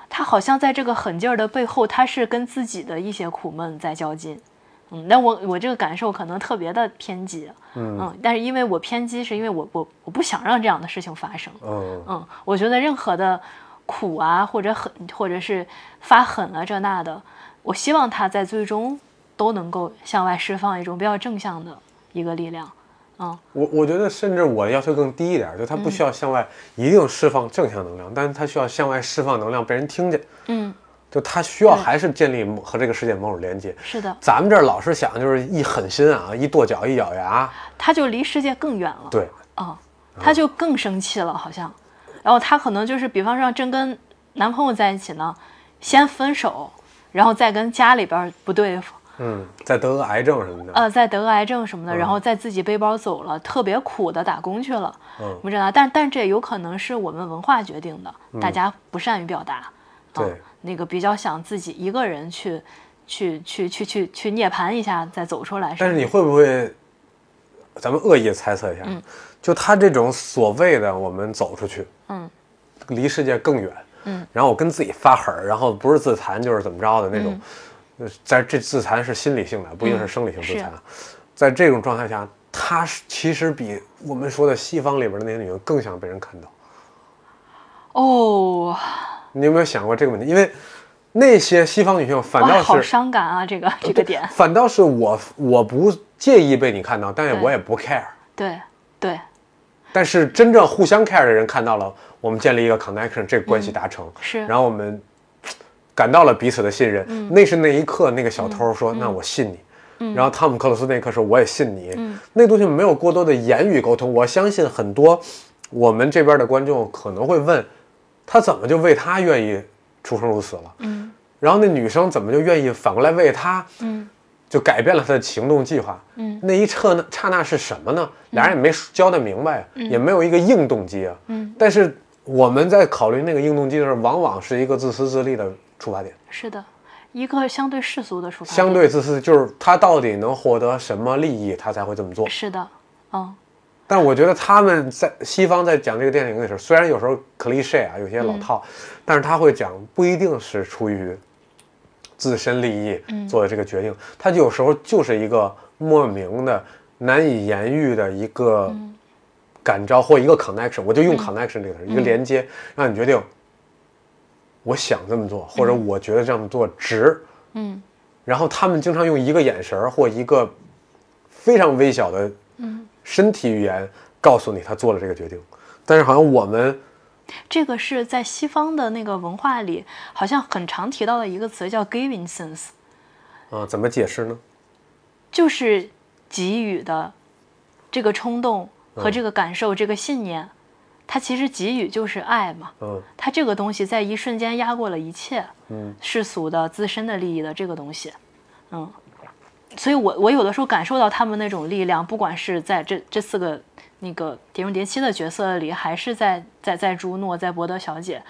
Speaker 2: 她好像在这个狠劲儿的背后，她是跟自己的一些苦闷在较劲。嗯，但我我这个感受可能特别的偏激，
Speaker 1: 嗯
Speaker 2: 但是因为我偏激，是因为我我我不想让这样的事情发生，
Speaker 1: 嗯
Speaker 2: 嗯，我觉得任何的苦啊，或者狠，或者是发狠啊这那的，我希望他在最终都能够向外释放一种比较正向的一个力量。嗯，
Speaker 1: 我我觉得甚至我要求更低一点，就他不需要向外一定释放正向能量，但是他需要向外释放能量被人听见，
Speaker 2: 嗯，
Speaker 1: 就他需要
Speaker 2: 对
Speaker 1: 还是建立某和这个世界某种连接。
Speaker 2: 是的，
Speaker 1: 咱们这儿老是想就是一狠心啊，一跺脚一咬牙，
Speaker 2: 他就离世界更远了。
Speaker 1: 对，
Speaker 2: 啊、他就更生气了，好像。然后他可能就是，比方说正跟男朋友在一起呢，先分手，然后再跟家里边儿不对付，
Speaker 1: 嗯，再得个癌症什么的，
Speaker 2: 呃，再得个癌症什么的，然后再自己背包走了，特别苦的打工去了，
Speaker 1: 嗯
Speaker 2: 我们知道，但但这有可能是我们文化决定的，
Speaker 1: 嗯
Speaker 2: 大家不善于表达，啊
Speaker 1: 对
Speaker 2: 那个比较想自己一个人去。去去去去去涅槃一下，再走出来。
Speaker 1: 但是你会不会，咱们恶意猜测一下，就他这种所谓的我们走出去，
Speaker 2: 嗯，
Speaker 1: 离世界更远，
Speaker 2: 嗯，
Speaker 1: 然后我跟自己发狠儿，然后不是自残就是怎么着的那种，
Speaker 2: 嗯
Speaker 1: 呃在这自残是心理性的，不一定是生理性自残啊，在这种状态下，他是其实比我们说的西方里边的那些女人更想被人看到。
Speaker 2: 哦，
Speaker 1: 你有没有想过这个问题？因为那些西方女性反
Speaker 2: 哇，
Speaker 1: 倒
Speaker 2: 好
Speaker 1: 是呃
Speaker 2: 伤感啊！这个这个点，
Speaker 1: 反倒是我我不介意被你看到，但是
Speaker 2: 对
Speaker 1: 我也不 care。
Speaker 2: 对对，
Speaker 1: 但是真正互相 care 的人看到了我们建立一个 connection，这个关系达成，
Speaker 2: 嗯是嗯
Speaker 1: 然后我们嘖感到了彼此的信任。那是那一刻，那个小偷说：“那我信你。然后汤姆克鲁斯那一刻说：“我也信你。
Speaker 2: 嗯
Speaker 1: 那东西没有过多的言语沟通，我相信很多我们这边的观众可能会问，他怎么就为他愿意出生入死了？
Speaker 2: 嗯
Speaker 1: 然后那女生怎么就愿意反过来为他？
Speaker 2: 嗯。
Speaker 1: 就改变了他的行动计划。
Speaker 2: 嗯，
Speaker 1: 那一刹那刹那是什么呢？俩人也没交代明白呀，也没有一个硬动机啊。
Speaker 2: 嗯，
Speaker 1: 但是我们在考虑那个硬动机的时候，往往是一个自私自利的出发点，
Speaker 2: 是的，一个相对世俗的出发点。
Speaker 1: 相对自私就是他到底能获得什么利益，他才会这么做。
Speaker 2: 是的，嗯，
Speaker 1: 但我觉得他们在西方在讲这个电影的时候，虽然有时候 cliche 啊，有些老套，
Speaker 2: 嗯
Speaker 1: 但是他会讲不一定是出于自身利益做的这个决定，他有时候就是一个莫名的、难以言喻的一个感召或一个 connection，我就
Speaker 2: 嗯
Speaker 1: 用 connection 这个词儿，一个连接，让你决定我想这么做，或者我觉得这样做值。
Speaker 2: 嗯，
Speaker 1: 然后他们经常用一个眼神儿或一个非常微小的身体语言告诉你他做了这个决定，但是好像我们
Speaker 2: 这个是在西方的那个文化里，好像很常提到的一个词叫 giving sense，
Speaker 1: 啊、怎么解释呢？
Speaker 2: 就是给予的这个冲动和这个感受、这个信念，它其实给予就是爱嘛。
Speaker 1: 嗯
Speaker 2: 它这个东西在一瞬间压过了一切，嗯，世俗的自身的利益的这个东西，嗯，所以我我有的时候感受到他们那种力量，不管是在这这四个那个《碟中谍七》的角色里，还是在在在朱诺、在伯德小姐，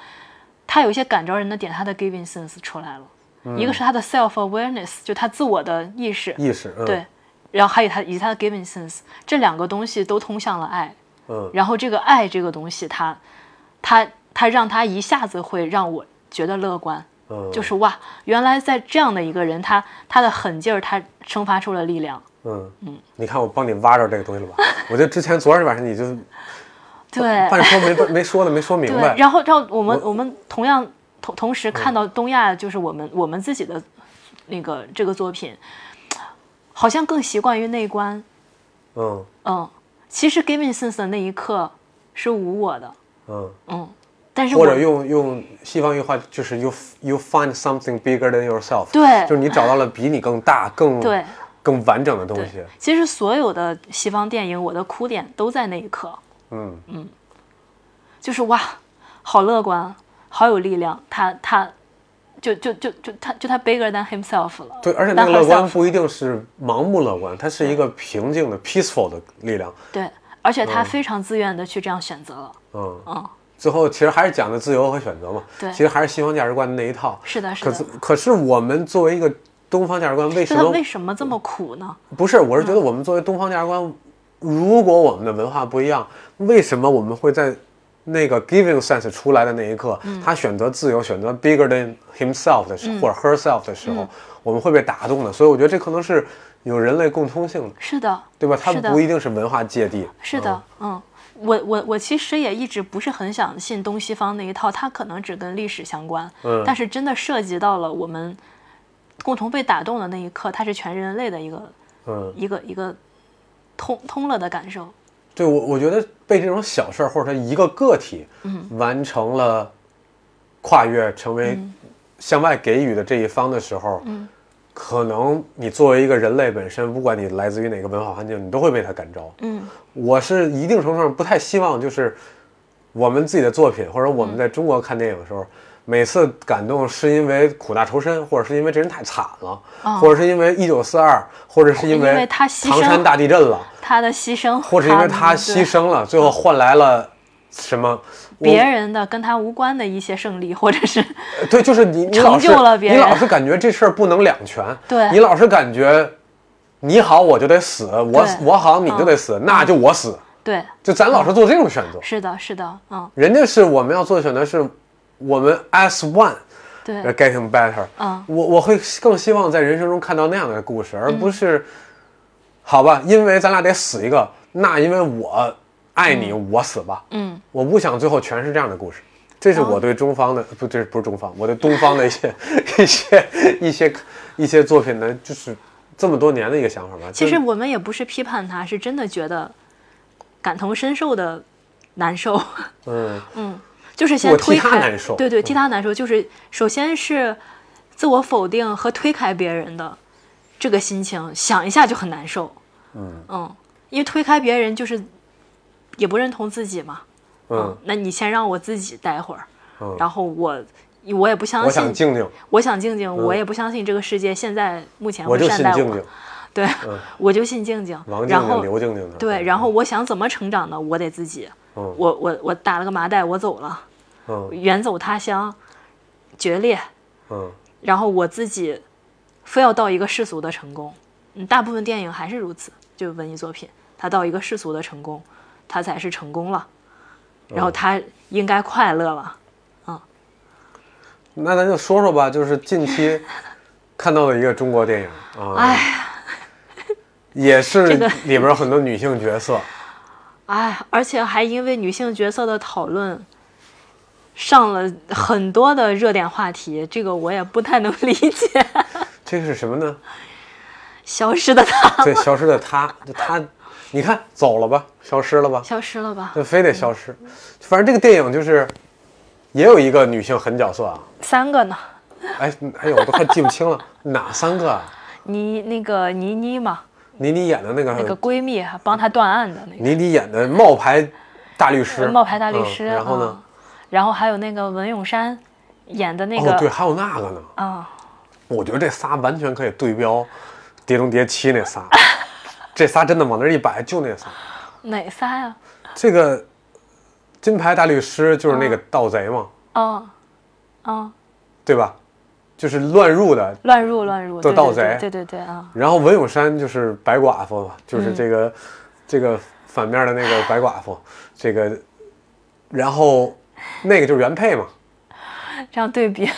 Speaker 2: 他有一些感召人的点，他的 giving sense 出来了，一个是他的 self awareness，就他自我的意识，
Speaker 1: 意识，嗯，
Speaker 2: 对，然后还有他以及他的 giving sense，这两个东西都通向了爱，
Speaker 1: 嗯，
Speaker 2: 然后这个爱这个东西它，它它让他一下子会让我觉得乐观，
Speaker 1: 嗯，
Speaker 2: 就是哇，原来在这样的一个人，他他的狠劲儿，他生发出了力量，
Speaker 1: 嗯你看我帮你挖着这个东西 了吧？我觉得之前昨天晚上你就
Speaker 2: 对
Speaker 1: 哦半说没没说的没说明
Speaker 2: 对，
Speaker 1: 白，嗯
Speaker 2: 然后让我们我们同样同同时看到东亚，就是我们我们自己的那个这个作品，好像更习惯于内观，
Speaker 1: 嗯
Speaker 2: 嗯，其实 giving sense 的那一刻是无我的，
Speaker 1: 嗯，
Speaker 2: 嗯，但是我
Speaker 1: 或者用用西方一句话就是 you you find something bigger than yourself，
Speaker 2: 对
Speaker 1: 就是你找到了比你更大、更
Speaker 2: 对
Speaker 1: 更完整的东西
Speaker 2: 对，，其实所有的西方电影，我的哭点都在那一刻，
Speaker 1: 嗯
Speaker 2: 就是哇，好乐观，好有力量，他他。就就就就他就他 bigger than himself 了，
Speaker 1: 对，而且那个
Speaker 2: than
Speaker 1: 乐观
Speaker 2: herself
Speaker 1: 不一定是盲目乐观，它是一个平静的、peaceful 的力量。
Speaker 2: 对，而且他非常自愿的去这样选择了，
Speaker 1: 嗯，
Speaker 2: 嗯，
Speaker 1: 最后其实还是讲的自由和选择嘛。
Speaker 2: 对
Speaker 1: 其实还是西方价值观的那一套。
Speaker 2: 是的，是
Speaker 1: 可是
Speaker 2: 的。
Speaker 1: 可是我们作为一个东方价值观，为什
Speaker 2: 就他
Speaker 1: 么
Speaker 2: 为嗯什么这么苦呢？
Speaker 1: 不是？我是觉得我们作为东方价值观，如果我们的文化不一样，为什么我们会在那个 giving sense 出来的那一刻，
Speaker 2: 嗯
Speaker 1: 他选择自由，选择 bigger than himself 的时候、或者 herself 的
Speaker 2: 嗯
Speaker 1: 时候，我们会被打动的？所以我觉得这可能是有人类共通性的。
Speaker 2: 是的，
Speaker 1: 对吧？它
Speaker 2: 是的
Speaker 1: 不一定是文化芥蒂。
Speaker 2: 是的，嗯，我我我其实也一直不是很想信东西方那一套，它可能只跟历史相关，
Speaker 1: 嗯
Speaker 2: 但是真的涉及到了我们共同被打动的那一刻，它是全人类的一个
Speaker 1: 嗯，
Speaker 2: 一个一个通通了的感受。
Speaker 1: 对我，我觉得被这种小事儿或者说一个个体，
Speaker 2: 嗯
Speaker 1: 完成了跨越，成为
Speaker 2: 嗯
Speaker 1: 向外给予的这一方的时候，可能你作为一个人类本身，不管你来自于哪个文化环境，你都会被它感召。
Speaker 2: 嗯
Speaker 1: 我是一定程度上不太希望，就是我们自己的作品，或者我
Speaker 2: 嗯
Speaker 1: 们在中国看电影的时候，每次感动是因为苦大仇深，或者是因为这人太惨了，
Speaker 2: 啊
Speaker 1: 或者是因为一九四二，或者是因
Speaker 2: 哦因为
Speaker 1: 为
Speaker 2: 他牺牲
Speaker 1: 唐山大地震了，
Speaker 2: 他的牺牲，
Speaker 1: 或者因为
Speaker 2: 他
Speaker 1: 他牺牲了，最后换来了什么？我
Speaker 2: 别人的跟他无关的一些胜利，或者是
Speaker 1: 对，就是你，你
Speaker 2: 成
Speaker 1: 老是
Speaker 2: 就了别人
Speaker 1: 你老是感觉这事儿不能两全，
Speaker 2: 对
Speaker 1: 你老是感觉你好我就得死，我
Speaker 2: 对嗯
Speaker 1: 我好你就得死，那就我死，
Speaker 2: 对，
Speaker 1: 就咱老是做这种选择。
Speaker 2: 是的，是的，嗯，
Speaker 1: 人家是我们要做的选择是，我们 as one 哎
Speaker 2: 对，
Speaker 1: getting better。
Speaker 2: 嗯
Speaker 1: 我我会更希望在人生中看到那样的故事，而不是、好吧，因为咱俩得死一个，那因为我爱你，我死吧。
Speaker 2: 嗯，哦
Speaker 1: 我不想最后全是这样的故事。这是我对中方的，不，这不是中方，我对东方的一些 一些一些一些作品的，就是这么多年的一个想法吧。
Speaker 2: 其
Speaker 1: 就是
Speaker 2: 实我们也不是批判他，是真的觉得感同身受的难受。
Speaker 1: 嗯，
Speaker 2: 就是先
Speaker 1: 我替
Speaker 2: 推
Speaker 1: 他
Speaker 2: 开，
Speaker 1: 难受嗯
Speaker 2: 对对，替他难受，就是首先是自我否定和推开别人的这个心情，想一下就很难受。嗯因为推开别人就是也不认同自己嘛。
Speaker 1: 嗯，
Speaker 2: 那你先让我自己待会儿，
Speaker 1: 嗯
Speaker 2: 然后我我也不相
Speaker 1: 我
Speaker 2: 信，
Speaker 1: 想静静，嗯
Speaker 2: 我想静静，我也不相信这个世界现在目前
Speaker 1: 我
Speaker 2: 会
Speaker 1: 就
Speaker 2: 善
Speaker 1: 信
Speaker 2: 待我，
Speaker 1: 静静，
Speaker 2: 对， 我就信静静，
Speaker 1: 嗯王静
Speaker 2: 然
Speaker 1: 静、
Speaker 2: 后
Speaker 1: 刘静静的。
Speaker 2: 对，然后我想怎么成长呢？我得自己，
Speaker 1: 嗯
Speaker 2: 我我我打了个麻袋，我走了。
Speaker 1: 嗯
Speaker 2: 远走他乡，决裂，
Speaker 1: 嗯。
Speaker 2: 然后我自己非要到一个世俗的成功。嗯，大部分电影还是如此，就文艺作品，他到一个世俗的成功，他才是成功了，
Speaker 1: 嗯
Speaker 2: 然后他应该快乐了。
Speaker 1: 那咱就说说吧，就是近期看到的一个中国电影啊，
Speaker 2: 哎
Speaker 1: 也是
Speaker 2: 这个
Speaker 1: 里边有很多女性角色，
Speaker 2: 哎，而且还因为女性角色的讨论。上了很多的热点话题，这个我也不太能理解。
Speaker 1: 这个是什么呢？
Speaker 2: 消失的她，
Speaker 1: 对，消失的她，就她，你看走了吧，消失了吧，
Speaker 2: 消失了吧？
Speaker 1: 就非得消失。反正这个电影就是也有一个女性狠角色啊，
Speaker 2: 三个呢？
Speaker 1: 哎哎呦，我都快记不清了，哪三个啊？
Speaker 2: 你那个倪妮嘛，
Speaker 1: 倪妮演的那个，
Speaker 2: 那个闺蜜还帮她断案的那个
Speaker 1: 倪妮演的冒牌大律师，
Speaker 2: 冒牌大律师。
Speaker 1: 嗯然后呢
Speaker 2: 啊？？然后还有那个文咏珊演的那
Speaker 1: 哦，对，
Speaker 2: 个
Speaker 1: 还有那个呢。
Speaker 2: 啊，
Speaker 1: 我觉得这仨完全可以对标《碟中谍七》那仨，这仨真的往那儿一摆，就那仨。
Speaker 2: 哪仨呀？
Speaker 1: 这个金牌大律师就是那个
Speaker 2: 嗯
Speaker 1: 盗贼嘛，
Speaker 2: 哦，哦，
Speaker 1: 对吧？就是乱入的。
Speaker 2: 乱入乱入，
Speaker 1: 做
Speaker 2: 对对
Speaker 1: 盗
Speaker 2: 对
Speaker 1: 贼
Speaker 2: 对对对啊，
Speaker 1: 然后文咏珊就是白寡妇嘛，就是这
Speaker 2: 嗯
Speaker 1: 个、这个反面的那个白寡妇，这个，然后那个就是原配嘛，
Speaker 2: 这样对比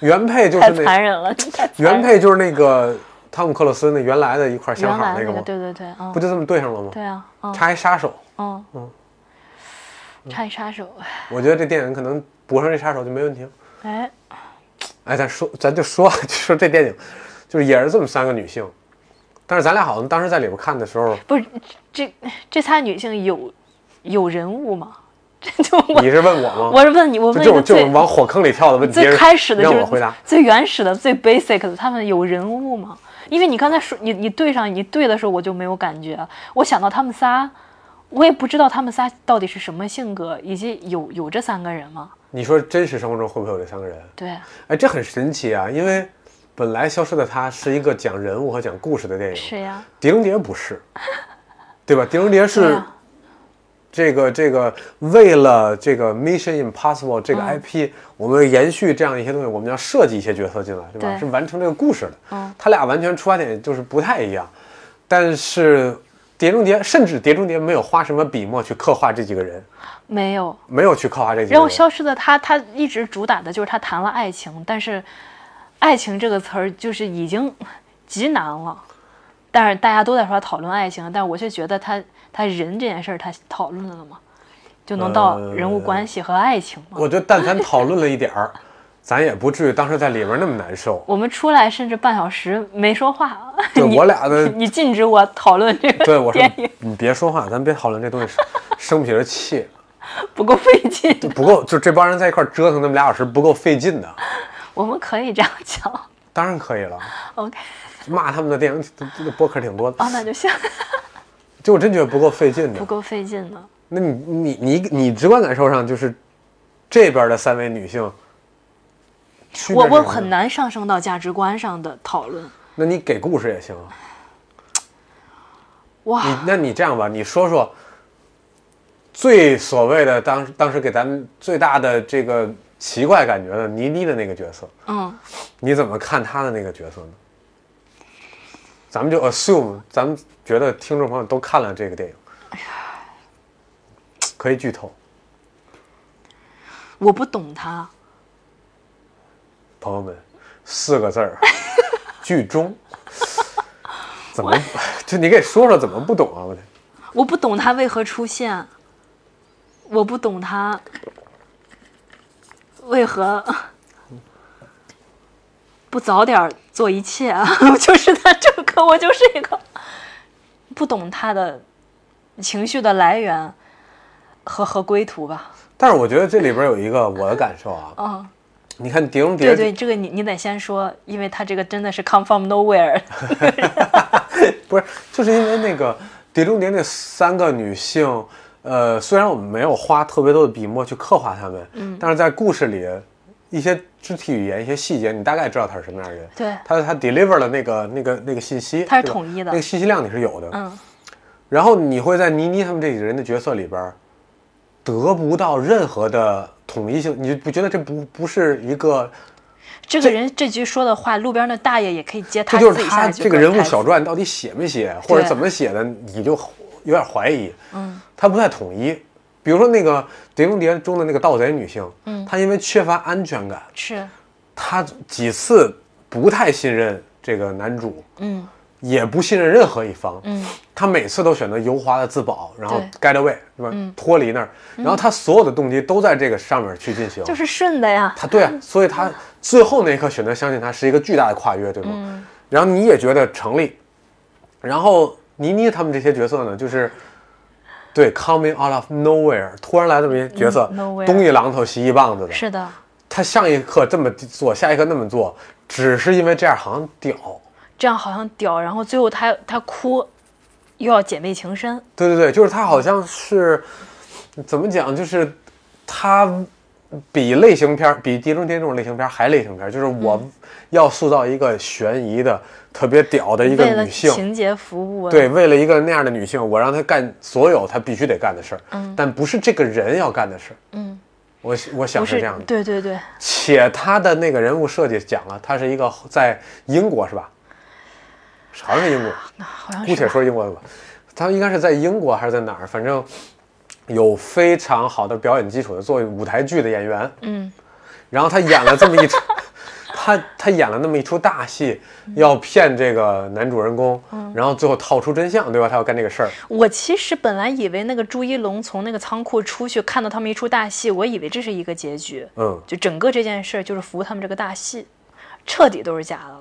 Speaker 1: 原配就
Speaker 2: 太
Speaker 1: 是那
Speaker 2: 残忍了，这太残
Speaker 1: 原
Speaker 2: 忍了
Speaker 1: 配就是那个汤姆克鲁斯那原来的一块相
Speaker 2: 原
Speaker 1: 好
Speaker 2: 来
Speaker 1: 那个
Speaker 2: 那
Speaker 1: 嘛，
Speaker 2: 个，对对对啊
Speaker 1: 不，就这么对上了吗？
Speaker 2: 对啊，嗯
Speaker 1: 他还杀手，
Speaker 2: 嗯嗯，
Speaker 1: 嗯
Speaker 2: 差一杀手，
Speaker 1: 我觉得这电影可能补上这杀手就没问题了。
Speaker 2: 哎，
Speaker 1: 哎，咱说，咱就说， 就说这电影，就是也是这么三个女性，但是咱俩好像当时在里边看的时候，
Speaker 2: 不是这这仨女性有有人物吗？这就我
Speaker 1: 你是问我吗？
Speaker 2: 我是问你，我
Speaker 1: 就
Speaker 2: 问
Speaker 1: 哦这
Speaker 2: 你
Speaker 1: 种这
Speaker 2: 最
Speaker 1: 种往火坑里跳的问题，
Speaker 2: 最开始的就
Speaker 1: 让
Speaker 2: 是
Speaker 1: 我回答。
Speaker 2: 最原始的、最 basic 的，他们有人物吗？因为你刚才说你你对上你对的时候，我就没有感觉。我想到他们仨，我也不知道他们仨到底是什么性格，以及有有这三个人吗？
Speaker 1: 你说真实生活中会不会有这三个人？
Speaker 2: 对，
Speaker 1: 哎，这很神奇啊，因为本来《消失的她》是一个讲人物和讲故事的电影，《
Speaker 2: 是呀，
Speaker 1: 狄仁杰》不 是，对吧？《狄仁杰》
Speaker 2: 对啊
Speaker 1: 是
Speaker 2: 呀
Speaker 1: 这个这个为了这个 Mission Impossible
Speaker 2: 嗯
Speaker 1: 这个 IP，、我们延续这样一些东西，我们要设计一些角色进来，对吧？
Speaker 2: 对
Speaker 1: 是完成这个故事的。
Speaker 2: 嗯
Speaker 1: 他俩完全出发点就是不太一样，但是《碟中谍》甚至《碟中谍》没有花什么笔墨去刻画这几个人，
Speaker 2: 没有。
Speaker 1: 没有去刻画这几个
Speaker 2: 然后
Speaker 1: 人。
Speaker 2: 消失的他，他一直主打的就是他谈了爱情，但是爱情这个词儿就是已经极难了。但是大家都在说他讨论爱情，但我却觉得他他人这件事儿他讨论
Speaker 1: 呃
Speaker 2: 了吗？就能到人物关系和爱情吗？
Speaker 1: 我觉得但凡讨论了一点儿，咱也不至于当时在里边那么难受。
Speaker 2: 我们出来甚至半小时没说话，
Speaker 1: 对
Speaker 2: 你
Speaker 1: 我俩的
Speaker 2: 你禁止我讨论这
Speaker 1: 对，
Speaker 2: 个
Speaker 1: 我说
Speaker 2: 电影，
Speaker 1: 你别说话，咱别讨论这东西， 生不起这气，
Speaker 2: 不够费劲。
Speaker 1: 不够，就这帮人在一块儿折腾那么俩小时，不够费劲的。
Speaker 2: 我们可以这样讲
Speaker 1: 当然可以了，
Speaker 2: ，OK？
Speaker 1: 骂他们的电影播客挺多的，
Speaker 2: 啊，那就行，
Speaker 1: 就我真觉得不够费劲的
Speaker 2: 不。够费劲呢。
Speaker 1: 那你你你你直观感受上就是，这边的三位女性，区别
Speaker 2: 我
Speaker 1: 是
Speaker 2: 我
Speaker 1: 什么
Speaker 2: 很。难上升到价值观上的讨论。
Speaker 1: 那你给故事也行啊。
Speaker 2: 哇，
Speaker 1: 你那你这样吧，你说说最所谓的当当时给咱们最大的这个奇怪感觉的倪妮的那个角色，
Speaker 2: 嗯，
Speaker 1: 你怎么看她的那个角色呢？咱们就 assume，咱们觉得听众朋友都看了这个电影，可以剧透。
Speaker 2: 我不懂他，
Speaker 1: 朋友们，四个字 儿，剧中。怎么？就你给说说怎么不懂啊？我得，
Speaker 2: 我不懂他为何出现，我不懂他为何不早点儿做一切啊！ 就是他这个，我就是一个不懂他的情绪的来源和和归途吧。
Speaker 1: 但是我觉得这里边有一个我的感受啊，
Speaker 2: 嗯，
Speaker 1: 你看《碟中谍
Speaker 2: 对》对，这个你你得先说，因为他这个真的是 come from nowhere。
Speaker 1: 不是，就是因为那个《碟中谍》那三个女性，呃，虽然我们没有花特别多的笔墨去刻画她们，嗯，但是在故事里，一些肢体语言、一些细节，你大概知道她是什么样的人。
Speaker 2: 对
Speaker 1: 她她 deliver 的那个那个那个信息，
Speaker 2: 它是
Speaker 1: 对吧
Speaker 2: 统一的
Speaker 1: 那个信息量你是有的。
Speaker 2: 嗯，
Speaker 1: 然后你会在倪妮他们这几个人的角色里边儿，得不到任何的统一性，你不觉得这不不是一个？
Speaker 2: 这个人这句说的话，路边的大爷也可以
Speaker 1: 这
Speaker 2: 接他
Speaker 1: 就
Speaker 2: 自
Speaker 1: 是
Speaker 2: 己下
Speaker 1: 他
Speaker 2: 一句
Speaker 1: 这个
Speaker 2: 歌
Speaker 1: 人物
Speaker 2: 台词
Speaker 1: 小传到底写没写，或者
Speaker 2: 对
Speaker 1: 怎么写的，你就有点怀疑。嗯，他不太统一。比如说那个《碟中谍》中的那个盗贼女性，嗯，她因为缺乏安全感，
Speaker 2: 是，
Speaker 1: 她几次不太信任这个男主，
Speaker 2: 嗯。
Speaker 1: 也不信任任何一方。
Speaker 2: 嗯，
Speaker 1: 她每次都选择油滑的自保，然后
Speaker 2: 对嗯
Speaker 1: get away，对吧？脱离那儿，然后她所有的动机都在这个上面去进行。
Speaker 2: 就是顺的呀。
Speaker 1: 他对啊，所以他最后那一刻选择相信他是一个巨大的跨越，对吗？
Speaker 2: 嗯
Speaker 1: 然后你也觉得成立，然后倪妮他们这些角色呢，就是对 coming out of nowhere 突然来这么一个角色，
Speaker 2: 嗯，nowhere
Speaker 1: 东一榔头西一棒子的，
Speaker 2: 是的，
Speaker 1: 他上一刻这么做，下一刻那么做，只是因为这样好像屌，
Speaker 2: 这样好像屌，然后最后他他哭，又要姐妹情深，
Speaker 1: 对对对，就是他好像是怎么讲，就是他比类型片儿，比《碟中谍》这种类型片儿还类型片儿，就是我
Speaker 2: 嗯
Speaker 1: 要塑造一个悬疑的、特别屌的一个
Speaker 2: 为了
Speaker 1: 女性。
Speaker 2: 情嗯节服务。啊
Speaker 1: 对，，为了一个那样的女性，我让她干所有她必须得干的事儿，但不是这个人要干的事儿。
Speaker 2: 嗯，
Speaker 1: 我我想
Speaker 2: 不
Speaker 1: 是
Speaker 2: 是
Speaker 1: 这样的，
Speaker 2: 对对啊对，
Speaker 1: 且她的那个人物设计讲了，她是一个在英国是吧？好像是英国，
Speaker 2: 好像
Speaker 1: 姑
Speaker 2: 啊是
Speaker 1: 且
Speaker 2: 吧。
Speaker 1: 说英国的吧，他应该是在英国还是在哪儿，反正有非常好的表演基础的作为舞台剧的演员。
Speaker 2: 嗯，
Speaker 1: 然后他演了这么一出， 他他演了那么一出大戏，
Speaker 2: 嗯
Speaker 1: 要骗这个男主人公，然后最后套出真相，对吧？他要干这个事儿，
Speaker 2: 我其实本来以为那个朱一龙从那个仓库出去，看到他们一出大戏，我以为这是一个结局，
Speaker 1: 嗯，
Speaker 2: 就整个这件事儿就是服他们这个大戏，彻底都是假的了。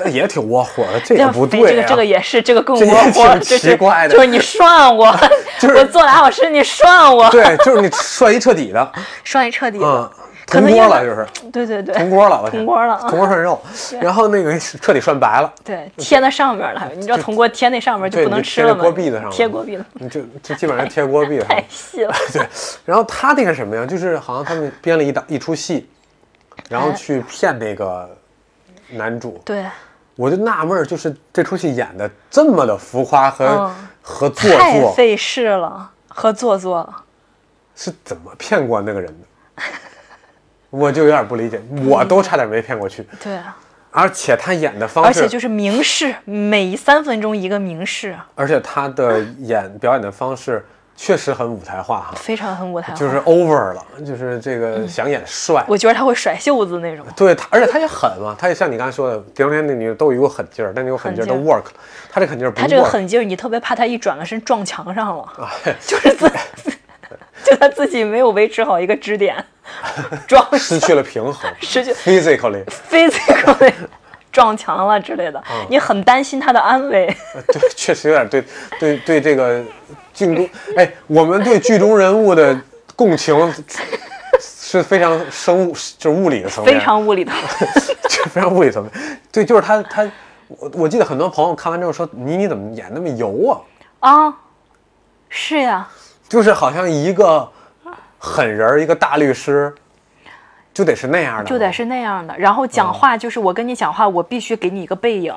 Speaker 1: 但也挺窝火的，这
Speaker 2: 这
Speaker 1: 也
Speaker 2: 样
Speaker 1: 不
Speaker 2: 非
Speaker 1: 对、啊、
Speaker 2: 这个这个也是，这个更
Speaker 1: 这也
Speaker 2: 窝火，
Speaker 1: 挺
Speaker 2: 这
Speaker 1: 奇怪的
Speaker 2: 是就是你涮我，
Speaker 1: 就是
Speaker 2: 我做俩小时你涮我，
Speaker 1: 对，就是你帅一彻底的，
Speaker 2: 涮一彻底
Speaker 1: 嗯
Speaker 2: 了。，可
Speaker 1: 铜
Speaker 2: 能因
Speaker 1: 锅
Speaker 2: 为
Speaker 1: 了就是
Speaker 2: 对对对，
Speaker 1: 铜锅了，我天
Speaker 2: 铜锅了啊
Speaker 1: 铜锅涮肉，然后那个彻底涮白了。
Speaker 2: 对，贴那上面儿了，你知道铜锅贴那上面儿就
Speaker 1: 对
Speaker 2: 不
Speaker 1: 你
Speaker 2: 能
Speaker 1: 就
Speaker 2: 吃
Speaker 1: 贴在
Speaker 2: 了吗？
Speaker 1: 锅壁子上了嗯
Speaker 2: 贴锅壁子，
Speaker 1: 你就就基本上贴锅壁了，
Speaker 2: 太细 了。
Speaker 1: 对，然后他那个什么呀，就是好像他们编了一档一出戏，然
Speaker 2: 嗯
Speaker 1: 后去骗那个男主。
Speaker 2: 对，
Speaker 1: 我就纳闷儿，就是这出戏演的这么的浮夸和、
Speaker 2: 嗯
Speaker 1: 和做
Speaker 2: 太
Speaker 1: 作，
Speaker 2: 费事了，和做作了。
Speaker 1: 是怎么骗过那个人的？我就有点不理解，我都差点没骗过去。
Speaker 2: 对，
Speaker 1: 而且他演的方
Speaker 2: 而
Speaker 1: 式，
Speaker 2: 且就是明示，每三分钟一个明示，
Speaker 1: 而且他的演表演的方式确实很舞台化哈，
Speaker 2: 非常很舞台化。
Speaker 1: 就是 over 了，就是这个
Speaker 2: 嗯
Speaker 1: 想演帅，
Speaker 2: 我觉得他会甩袖子那种。
Speaker 1: 对他，而且他也狠嘛，他也像你刚才说的，碟中谍那女的都有一股狠劲儿，但那股狠劲儿都
Speaker 2: 狠
Speaker 1: work 了，他这狠劲儿不 work，啊
Speaker 2: 他这个狠劲儿，你特别怕他一转个身撞墙上了，就是自就他自己没有维持好一个支点，撞
Speaker 1: 失去了平衡
Speaker 2: 失去
Speaker 1: ，physically，
Speaker 2: physically 撞墙了之类的，
Speaker 1: 嗯
Speaker 2: 你很担心他的安危。
Speaker 1: 呃对，确实有点对对对这个剧中，哎，我们对剧中人物的共情是非常生物，就是物理的层面，
Speaker 2: 非常 无理的，
Speaker 1: 这非常物理层面。对，就是他他，我我记得很多朋友看完之后说你你怎么演那么油啊？
Speaker 2: 啊，是呀，
Speaker 1: 就是好像一个狠人儿，一个大律师，就得是那样的，
Speaker 2: 就得是那样的。然后
Speaker 1: 嗯
Speaker 2: 讲话就是我跟你讲话，我必须给你一个背影，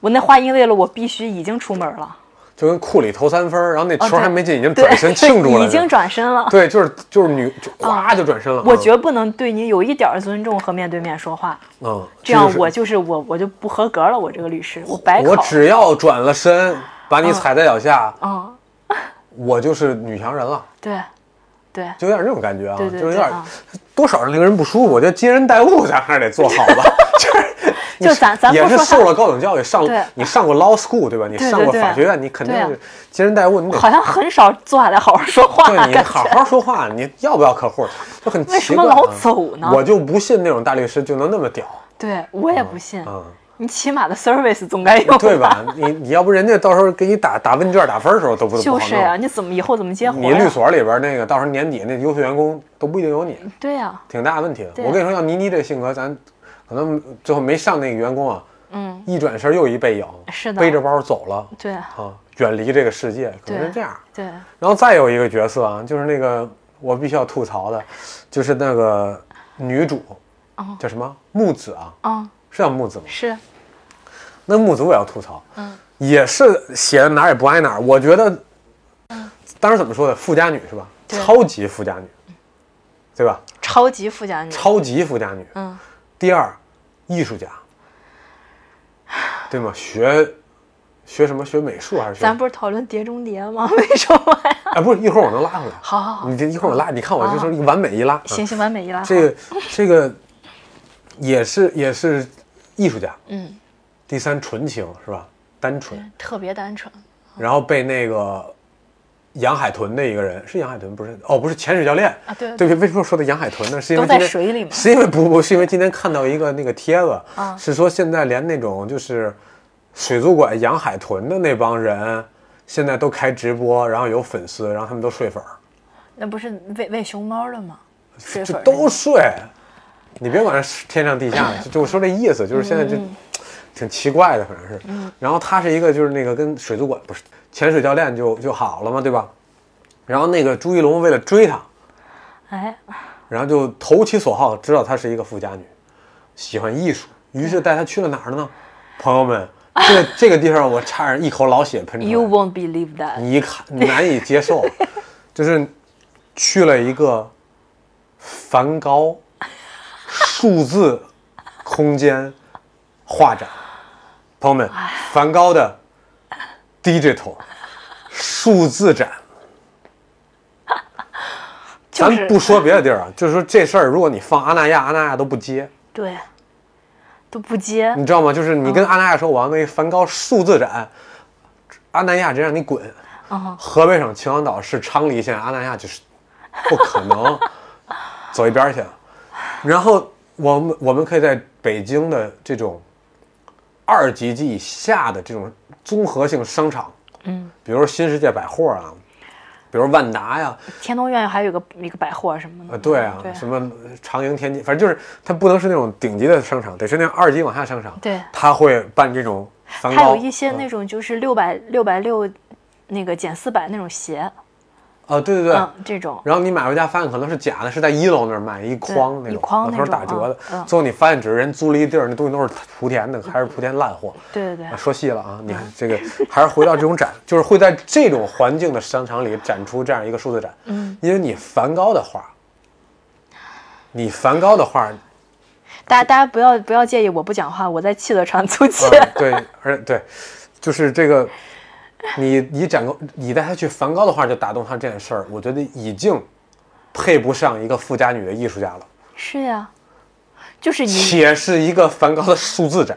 Speaker 2: 我那话音为了我必须已经出门了，
Speaker 1: 就跟库里投三分儿，然后那
Speaker 2: 哦
Speaker 1: 球
Speaker 2: 对
Speaker 1: 还没进，已经
Speaker 2: 对，
Speaker 1: 转身庆祝了，
Speaker 2: 已经转身了。
Speaker 1: 对，就是就是女就咵就转身了。
Speaker 2: 我绝不能对你有一点儿尊重和面对面说话，
Speaker 1: 嗯，嗯
Speaker 2: 哦这样
Speaker 1: 就是
Speaker 2: 我就是我我就不合格了。我这个律师，我白
Speaker 1: 我
Speaker 2: 考。
Speaker 1: 只要转了身，把你踩在脚下，
Speaker 2: 嗯，
Speaker 1: 我就是女强人了，
Speaker 2: 对，对，
Speaker 1: 就有点这种感觉啊，
Speaker 2: 对对
Speaker 1: 就是有
Speaker 2: 对
Speaker 1: 点
Speaker 2: 啊
Speaker 1: 多少令人不舒服。我觉得接人待物咱还是得做好 吧，就是。
Speaker 2: 就咱咱
Speaker 1: 也
Speaker 2: 不
Speaker 1: 是
Speaker 2: 说
Speaker 1: 受
Speaker 2: 他，
Speaker 1: 了高等教育，上
Speaker 2: 对
Speaker 1: 你上过 law school 对吧？你
Speaker 2: 对对
Speaker 1: 上过
Speaker 2: 对
Speaker 1: 法学院，你肯定
Speaker 2: 对啊
Speaker 1: 是接人待物，你得
Speaker 2: 好像很少坐下来好好说话，
Speaker 1: 对你
Speaker 2: 感
Speaker 1: 好
Speaker 2: 觉
Speaker 1: 好说话，你要不要客户就很奇怪、啊。
Speaker 2: 为什么老走呢
Speaker 1: 我就不信那种大律师就能那么屌，
Speaker 2: 对我也不信，
Speaker 1: 嗯，
Speaker 2: 你起码的 service 总该有
Speaker 1: 对？吧？你你要不人家到时候给你打打问卷打分的时候都不
Speaker 2: 就是
Speaker 1: 不好
Speaker 2: 呀、
Speaker 1: 弄。
Speaker 2: 你怎么以后怎么接活、
Speaker 1: 你律？所里边那个，到时候年底那优秀员工都不一定有你，
Speaker 2: 对呀、
Speaker 1: 挺大问题的。
Speaker 2: 对
Speaker 1: 我跟你说，要倪妮这性格，咱可能最后没上那个员工啊，
Speaker 2: 嗯，
Speaker 1: 一转身又一背影，
Speaker 2: 是的
Speaker 1: 背着包走了
Speaker 2: 对
Speaker 1: 啊，远离这个世界，可能
Speaker 2: 对
Speaker 1: 是这样。
Speaker 2: 对，
Speaker 1: 然后再有一个角色啊，就是那个我必须要吐槽的，就是那个女主，
Speaker 2: 哦
Speaker 1: 叫什么木子啊，
Speaker 2: 嗯，
Speaker 1: 是叫木子吗？
Speaker 2: 是，
Speaker 1: 那木子我也要吐槽，
Speaker 2: 嗯，
Speaker 1: 也是写的哪儿也不挨哪儿。我觉得，当时怎么说的，富家女是吧？
Speaker 2: 嗯对
Speaker 1: 超级富家女，对吧？
Speaker 2: 超级富家女，
Speaker 1: 超级富家女。
Speaker 2: 嗯，
Speaker 1: 第二，艺术家，对吗？学学什么？学美术还是学？
Speaker 2: 咱不是讨论《碟中谍》吗？ 为什么呀？
Speaker 1: 哎，不是，一会儿我能拉回来。
Speaker 2: 好好好，
Speaker 1: 你这一会儿我拉，你看我就是一完美一拉。嗯
Speaker 2: 行行，完美一拉。
Speaker 1: 这个这个也是也是艺术家。
Speaker 2: 嗯，
Speaker 1: 第三纯情是吧？单纯，
Speaker 2: 特别单纯，
Speaker 1: 然后被那个杨海豚的一个人是杨海豚不是？哦，不是潜水教练
Speaker 2: 啊对
Speaker 1: 对不起，为什么说的杨海豚呢？是因为
Speaker 2: 都在
Speaker 1: 今天
Speaker 2: 水里嘛
Speaker 1: 是因为不不是因为今天看到一个那个帖子
Speaker 2: 啊
Speaker 1: 是说现在连那种就是水族馆养海豚的那帮人。现在都开直播，然后有粉丝，然后他们都睡粉儿，
Speaker 2: 那不是喂喂熊猫的吗？水
Speaker 1: 就
Speaker 2: 粉儿那
Speaker 1: 都睡。你别管是天上地下的，就就我说这意思，就是现在就
Speaker 2: 嗯
Speaker 1: 挺奇怪的，反正是。然后他是一个就是那个跟水族馆不是潜水教练就就好了嘛，对吧？然后那个朱一龙为了追她，
Speaker 2: 哎，
Speaker 1: 嗯然后就投其所好，知道她是一个富家女，喜欢艺术，于是带她去了哪儿呢？朋友们，这个这个地方我差点一口老血喷出来。
Speaker 2: You won't believe that。
Speaker 1: 你看难以接 受，啊就是去了一个梵高数字空间画展，朋友们，
Speaker 2: 哎
Speaker 1: 梵高的 digital 数字展。
Speaker 2: 就
Speaker 1: 咱
Speaker 2: 是
Speaker 1: 不说别的地儿啊，就是说这事儿，如果你放阿那亚，阿那亚都不接，
Speaker 2: 对，都不接。
Speaker 1: 你知道吗？就是你跟阿那亚说我要那个梵高数字展，阿那亚直接让你滚。
Speaker 2: 嗯，
Speaker 1: 河北省秦皇岛市昌黎县阿那亚就是不可能走一边儿去。然后我们我们可以在北京的这种二级及以下的这种综合性商场，
Speaker 2: 嗯，
Speaker 1: 比如新世界百货啊，比如万达呀、
Speaker 2: 天通苑还有一个一个百货什么
Speaker 1: 啊，
Speaker 2: 的。
Speaker 1: 对啊，
Speaker 2: 对
Speaker 1: 什么长营、天津，反正就是它不能是那种顶级的商场，得是那种二级往下商场。
Speaker 2: 对
Speaker 1: 它会办这种梵高。
Speaker 2: 还有一些
Speaker 1: 嗯
Speaker 2: 那种就是六百六百六，那个减四百那种鞋，
Speaker 1: 啊，对对对，
Speaker 2: 嗯，这种
Speaker 1: 然后你买回家发现可能是假的，是在一楼那儿卖一筐那
Speaker 2: 一
Speaker 1: 种，
Speaker 2: 筐
Speaker 1: 他说
Speaker 2: 那种
Speaker 1: 打折的。
Speaker 2: 嗯嗯
Speaker 1: 最后你发现只是人租了一地儿，那东西都是莆田的，还是莆田烂货。
Speaker 2: 对对对嗯
Speaker 1: 啊，说细了啊，你看这个还是回到这种展，就是会在这种环境的商场里展出这样一个数字展。嗯，因为你梵高的画，你梵高的画，
Speaker 2: 大家大家不要不要介意我不讲话，我在气得喘粗气。
Speaker 1: 呃、对，而对，就是这个，你你展个你带他去梵高的画就打动他这件事儿，我觉得已经配不上一个富家女的艺术家了。
Speaker 2: 是呀，就是你
Speaker 1: 且是一个梵高的数字展。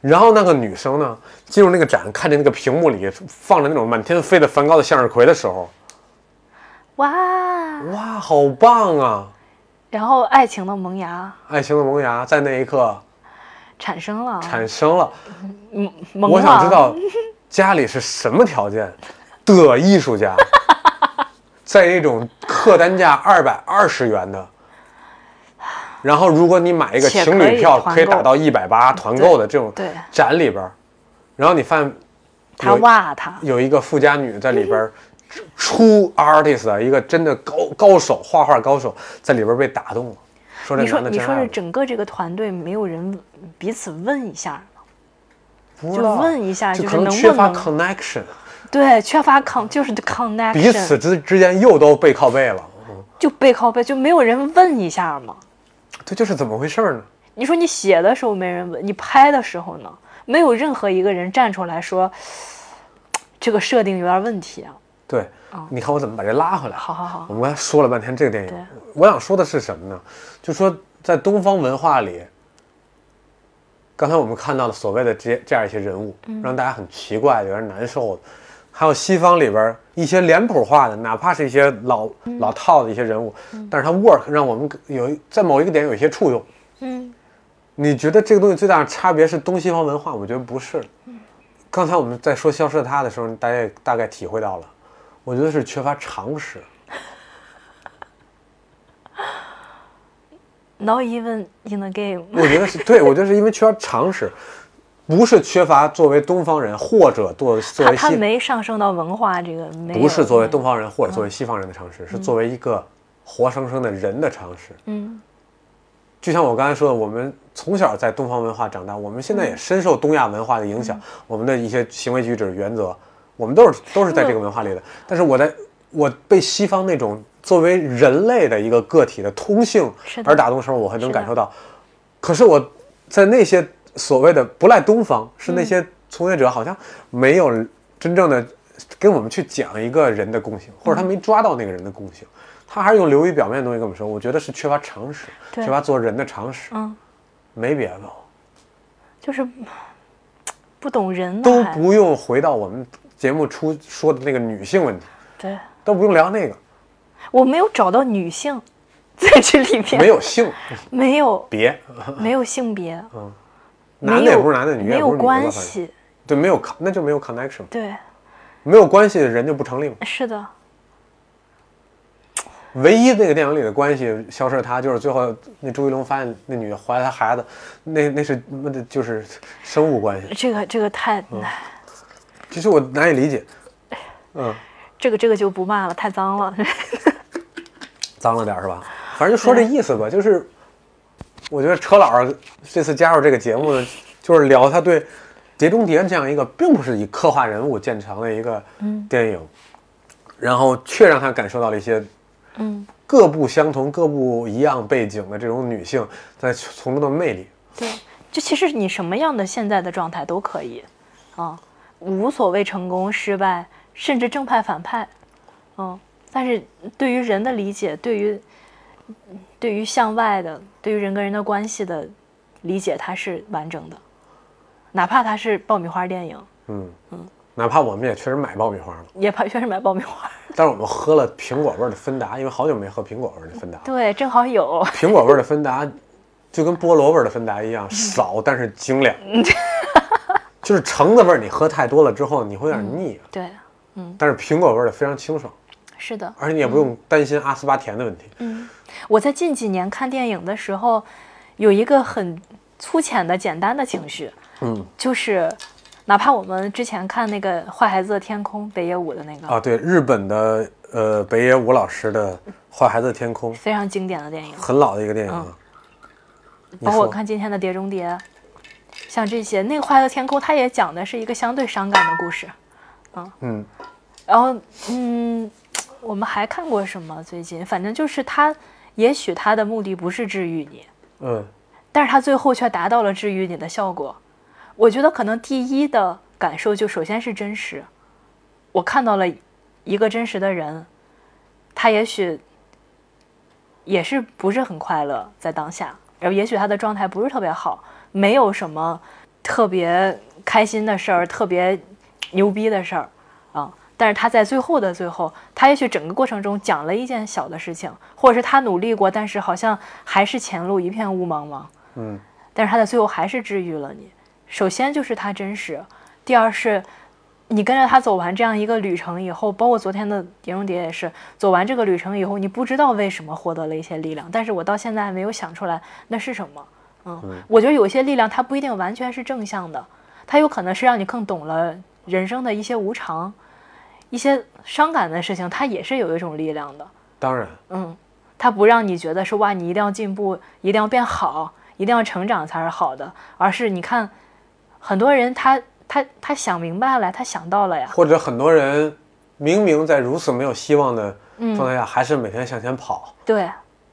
Speaker 1: 然后那个女生呢，进入那个展，看见那个屏幕里放着那种满天飞的梵高的向日葵的时候，
Speaker 2: 哇
Speaker 1: 哇，好棒啊！
Speaker 2: 然后爱情的萌芽
Speaker 1: 爱情的萌芽在那一刻
Speaker 2: 产生了，
Speaker 1: 产生了。
Speaker 2: 嗯，萌
Speaker 1: 我想知
Speaker 2: 了
Speaker 1: 道家里是什么条件的艺术 家，在一种客单价二百二十元的，然后如果你买一个
Speaker 2: 且
Speaker 1: 情
Speaker 2: 可
Speaker 1: 侣
Speaker 2: 以
Speaker 1: 票，
Speaker 2: 团
Speaker 1: 可以打
Speaker 2: 购
Speaker 1: 到一百八团购的这种
Speaker 2: 对
Speaker 1: 展里边儿，然后你发现
Speaker 2: 他
Speaker 1: 有
Speaker 2: 哇他，
Speaker 1: 有一个富家女在里边儿出 artist 啊，一个真的高高手，画画高手在里边儿被打动了，说这
Speaker 2: 你说
Speaker 1: 男的
Speaker 2: 你
Speaker 1: 真
Speaker 2: 说
Speaker 1: 爱
Speaker 2: 是
Speaker 1: 我，
Speaker 2: 整个这个团队没有人彼此问一下吗？
Speaker 1: 不
Speaker 2: 就
Speaker 1: 知道
Speaker 2: 问一下，
Speaker 1: 就
Speaker 2: 就
Speaker 1: 可
Speaker 2: 是
Speaker 1: 能
Speaker 2: 能
Speaker 1: 缺
Speaker 2: 不
Speaker 1: 乏
Speaker 2: 能
Speaker 1: connection，
Speaker 2: 对缺乏 con 就是 connection，
Speaker 1: 彼此之之间又都背靠背了。嗯，
Speaker 2: 就背靠背，就没有人问一下吗？
Speaker 1: 这就是怎么回事呢？
Speaker 2: 你说你写的时候没人问，你拍的时候呢，没有任何一个人站出来说这个设定有点问题啊。
Speaker 1: 对，你看我怎么把这拉回来？
Speaker 2: 好好好
Speaker 1: 我，们刚才说了半天这个电影
Speaker 2: 对，
Speaker 1: 我想说的是什么呢？就说在东方文化里，刚才我们看到的所谓的这这样一些人物，
Speaker 2: 嗯
Speaker 1: 让大家很奇怪，有点难受的。还有西方里边儿一些脸谱化的，哪怕是一些老、
Speaker 2: 嗯
Speaker 1: 老套的一些人物，但是他 work 让我们有一在某一个点有一些触动。
Speaker 2: 嗯，
Speaker 1: 你觉得这个东西最大的差别是东西方文化？我觉得不是。刚才我们在说《消失的她》的时候，大家也大概体会到了，我觉得是缺乏常识。
Speaker 2: ，not even in the game，
Speaker 1: 我觉得 是对，我觉得是因为缺乏常识，不是缺乏作为东方人或者作作
Speaker 2: 他
Speaker 1: 为
Speaker 2: 他
Speaker 1: 西，
Speaker 2: 没上升到文化这个，没有
Speaker 1: 不是作为东方人或者作为西方人的常识，是作为一个活生生的人的常识。
Speaker 2: 嗯
Speaker 1: 就像我刚才说的，我们从小在东方文化长大，我们现在也深受东亚文化的影响，我们的一些行为举止、原则，我们都是都是在这个文化里的。但是我在我被西方那种作为人类的一个个体的通性
Speaker 2: 是的
Speaker 1: 而打动的时候，我还能
Speaker 2: 是的
Speaker 1: 感受到。可是我在那些所谓的不赖东方，是
Speaker 2: 嗯
Speaker 1: 那些从业者好像没有真正的跟我们去讲一个人的共性，或者他
Speaker 2: 嗯
Speaker 1: 没抓到那个人的共性。他还是用流于表面的东西跟我们说，我觉得是缺乏常识，
Speaker 2: 对
Speaker 1: 缺乏做人的常识，
Speaker 2: 嗯，
Speaker 1: 没别的，
Speaker 2: 就是不懂人呢
Speaker 1: 都
Speaker 2: 还
Speaker 1: 不用回到我们节目初说的那个女性问题，
Speaker 2: 对，
Speaker 1: 都不用聊那个，
Speaker 2: 我没有找到 女性在这里面，
Speaker 1: 没有性
Speaker 2: 没有
Speaker 1: 别，
Speaker 2: 没有性别，没
Speaker 1: 嗯男的
Speaker 2: 有
Speaker 1: 也不是男的，女的
Speaker 2: 没
Speaker 1: 也不
Speaker 2: 有
Speaker 1: 是女的，
Speaker 2: 关
Speaker 1: 反正
Speaker 2: 系，
Speaker 1: 对，没有 con- 那就没有 connection，
Speaker 2: 对，
Speaker 1: 没有关系的人就不成立嘛。
Speaker 2: 是的，
Speaker 1: 唯一那个电影里的关系消失了他，就是最后那朱一龙发现那女的怀了他孩子，那那是那的就是生物关系，
Speaker 2: 这个这个太，
Speaker 1: 嗯
Speaker 2: 唉
Speaker 1: 其实我难以理解，嗯。
Speaker 2: 这个这个就不骂了，太脏了。
Speaker 1: 脏了点儿是吧？反正就说这意思吧，就是我觉得车老师这次加入这个节目呢，就是聊他对《碟中谍》这样一个并不是以刻画人物见长的一个电影，然后却让他感受到了一些
Speaker 2: 嗯，
Speaker 1: 各不相同、各不一样背景的这种女性在从中的魅力。
Speaker 2: 对，就其实你什么样的现在的状态都可以，啊，无所谓成功失败，甚至正派反派，嗯，但是对于人的理解，对于对于向外的，对于人跟人的关系的理解，它是完整的，哪怕它是爆米花电影，
Speaker 1: 嗯嗯，哪怕我们也确实买爆米花了，
Speaker 2: 也怕确实买爆米花，
Speaker 1: 但是我们喝了苹果味儿的芬达，因为好久没喝苹果味儿的芬达了。
Speaker 2: 对，正好有，
Speaker 1: 苹果味儿的芬达就跟菠萝味儿的芬达一 样少，但是精良。就是橙子味儿，你喝太多了之后你会有点腻，啊
Speaker 2: 对，嗯
Speaker 1: 但是苹果味儿的非常清爽，
Speaker 2: 是的，
Speaker 1: 而且你也不用
Speaker 2: 嗯
Speaker 1: 担心阿斯巴甜的问题。
Speaker 2: 我在近几年看电影的时候，有一个很粗浅的、简单的情绪，
Speaker 1: 嗯
Speaker 2: 就是哪怕我们之前看那个《坏孩子的天空》北野武的那个、
Speaker 1: 啊，对，日本的呃北野武老师的《坏孩子的天空》
Speaker 2: 非常经典的电影，
Speaker 1: 很老的一个电影啊，你
Speaker 2: 包括哦我
Speaker 1: 说
Speaker 2: 看今天的《碟中谍》，像这些，那个《坏孩子的天空》它也讲的是一个相对伤感的故事。
Speaker 1: 嗯，
Speaker 2: 然后，嗯，我们还看过什么？最近，反正就是他，也许他的目的不是治愈你，
Speaker 1: 嗯
Speaker 2: 但是他最后却达到了治愈你的效果。我觉得可能第一的感受就首先是真实，我看到了一个真实的人，他也许也是不是很快乐在当下，然后也许他的状态不是特别好，没有什么特别开心的事儿，特别牛逼的事儿啊，但是他在最后的最后，他也许整个过程中讲了一件小的事情，或者是他努力过，但是好像还是前路一片雾茫茫。
Speaker 1: 嗯，
Speaker 2: 但是他在最后还是治愈了你。首先就是他真实，第二是，你跟着他走完这样一个旅程以后，包括昨天的碟中谍也是，走完这个旅程以后，你不知道为什么获得了一些力量，但是我到现在还没有想出来那是什么。嗯，我觉得有一些力量它不一定完全是正向的，它有可能是让你更懂了人生的一些无常，一些伤感的事情，它也是有一种力量的。
Speaker 1: 当然，
Speaker 2: 嗯，它不让你觉得说哇，你一定要进步，一定要变好，一定要成长才是好的，而是你看，很多人他他他想明白了，他想到了呀，
Speaker 1: 或者很多人明明在如此没有希望的
Speaker 2: 嗯
Speaker 1: 状态下，还是每天向前跑，
Speaker 2: 对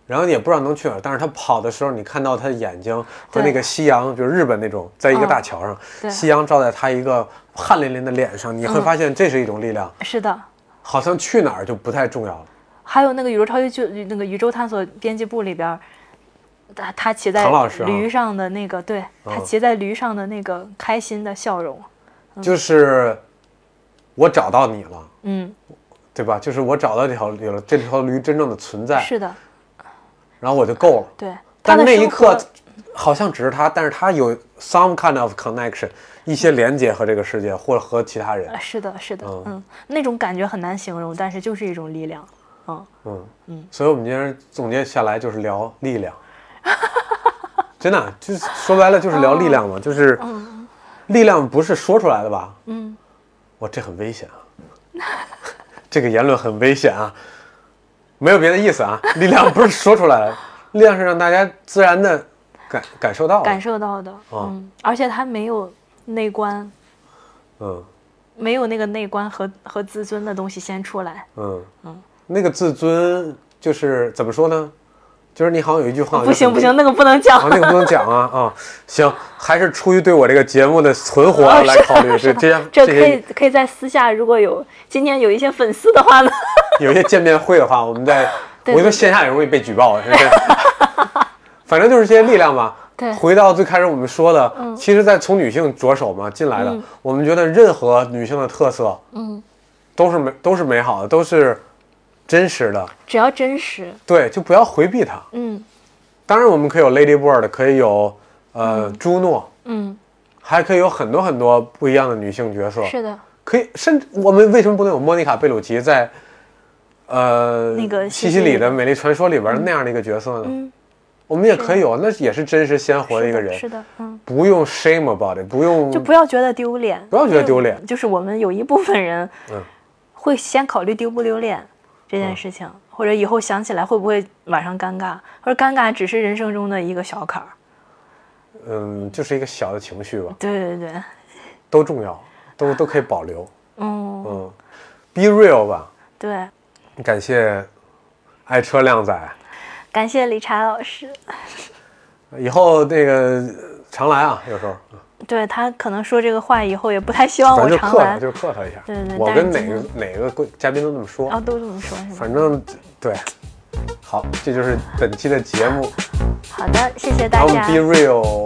Speaker 1: 然后也不知道能去哪儿，但是他跑的时候，你看到他的眼睛和
Speaker 2: 对
Speaker 1: 那个夕阳，比如日本那种，在一个大桥上，
Speaker 2: 对嗯
Speaker 1: 夕阳照在他一个汗淋淋的脸上，你会发现这是一种力量，
Speaker 2: 是的。
Speaker 1: 好像去哪儿就不太重要了。
Speaker 2: 还有那个宇宙超级剧，那个宇宙探索编辑部里边儿，他他骑在
Speaker 1: 唐老师啊嗯
Speaker 2: 驴上的那个，对他骑在驴上的那个开心的笑容，
Speaker 1: 就是我找到你了，
Speaker 2: 嗯，
Speaker 1: 对吧？就是我找到这条有了这条驴真正的存在，
Speaker 2: 是的，
Speaker 1: 然后我就够了。
Speaker 2: 对。他
Speaker 1: 但
Speaker 2: 的
Speaker 1: 那一
Speaker 2: 生
Speaker 1: 刻
Speaker 2: 活，
Speaker 1: 好像只是他，但是他有 some kind of connection，一些连接和这个世界或者和其他人
Speaker 2: 呃。是的，是的
Speaker 1: 嗯，
Speaker 2: 嗯，那种感觉很难形容，但是就是一种力量，嗯，
Speaker 1: 嗯嗯，所以我们今天总结下来就是聊力量，真的就是说白了就是聊力量嘛，就是力量不是说出来的吧？
Speaker 2: 哦嗯，
Speaker 1: 哇，这很危险啊，这个言论很危险啊，没有别的意思啊，力量不是说出来的，力量是让大家自然的感感受到的，
Speaker 2: 感受到的，
Speaker 1: 啊
Speaker 2: 嗯，而且他没有内观，
Speaker 1: 嗯。
Speaker 2: 没有那个内观和和自尊的东西先出来，
Speaker 1: 嗯，那个自尊就是怎么说呢？就是你好像有一句话，
Speaker 2: 哦不行不
Speaker 1: 啊就是
Speaker 2: 行，那个不能讲
Speaker 1: 啊，，那个不能讲啊啊，行，还是出于对我这个节目的存活
Speaker 2: 啊
Speaker 1: 来考虑，这这些
Speaker 2: 这可以
Speaker 1: 些
Speaker 2: 可以在私下，如果有今天有一些粉丝的话呢，
Speaker 1: 有些见面会的话，我们在，我跟
Speaker 2: 对
Speaker 1: 你说
Speaker 2: 对
Speaker 1: 线下也容易被举报，真是 反正就是这些力量吧。
Speaker 2: 对嗯
Speaker 1: 回到最开始我们说的，其实，在从女性着手嘛进来的，我们觉得任何女性的特色，
Speaker 2: 嗯，
Speaker 1: 都是美，都是美好的，都是真实的，
Speaker 2: 只要真实，
Speaker 1: 对，就不要回避它。
Speaker 2: 嗯
Speaker 1: 当然，我们可以有 Lady Bird，可以有呃、朱诺，
Speaker 2: 嗯，
Speaker 1: 还可以有很多很多不一样的女性角色。
Speaker 2: 是的，
Speaker 1: 可以，甚至我们为什么不能有莫妮卡贝鲁奇在呃
Speaker 2: 那个
Speaker 1: 西
Speaker 2: 西
Speaker 1: 西
Speaker 2: 西
Speaker 1: 里
Speaker 2: 里
Speaker 1: 的美丽传说里边的那样的一个角色呢？
Speaker 2: 嗯，
Speaker 1: 我们也可以有，那也是真实鲜活的一个
Speaker 2: 是的
Speaker 1: 人，
Speaker 2: 是的，嗯，
Speaker 1: 不用 shame about it，不用
Speaker 2: 就不要觉得丢脸，
Speaker 1: 不要觉得丢脸
Speaker 2: 嗯就是我们有一部分人
Speaker 1: 嗯
Speaker 2: 会先考虑丢不丢脸这件事
Speaker 1: 嗯
Speaker 2: 情，或者以后想起来会不会晚上尴尬，或者尴尬只是人生中的一个小坎儿，
Speaker 1: 嗯，就是一个小的情绪吧，
Speaker 2: 对对对，
Speaker 1: 都重要，都都可以保留，
Speaker 2: 嗯，
Speaker 1: 嗯，be real 吧。
Speaker 2: 对，
Speaker 1: 感谢爱车靓仔，
Speaker 2: 感谢理查老师，
Speaker 1: 以后那个呃常来啊，有时候。
Speaker 2: 对他可能说这个话以后也不太希望
Speaker 1: 咱
Speaker 2: 哦我
Speaker 1: 就
Speaker 2: 常
Speaker 1: 客套，
Speaker 2: 来，
Speaker 1: 就客套一下。
Speaker 2: 对对对
Speaker 1: 我
Speaker 2: 但是
Speaker 1: 跟哪个
Speaker 2: 今
Speaker 1: 哪个贵嘉宾都这么说，
Speaker 2: 啊，都这么说是吗？
Speaker 1: 反正对。好，这就是本期的节目。
Speaker 2: 好的，谢谢
Speaker 1: 然
Speaker 2: 大
Speaker 1: 后我们
Speaker 2: 家
Speaker 1: Be。Real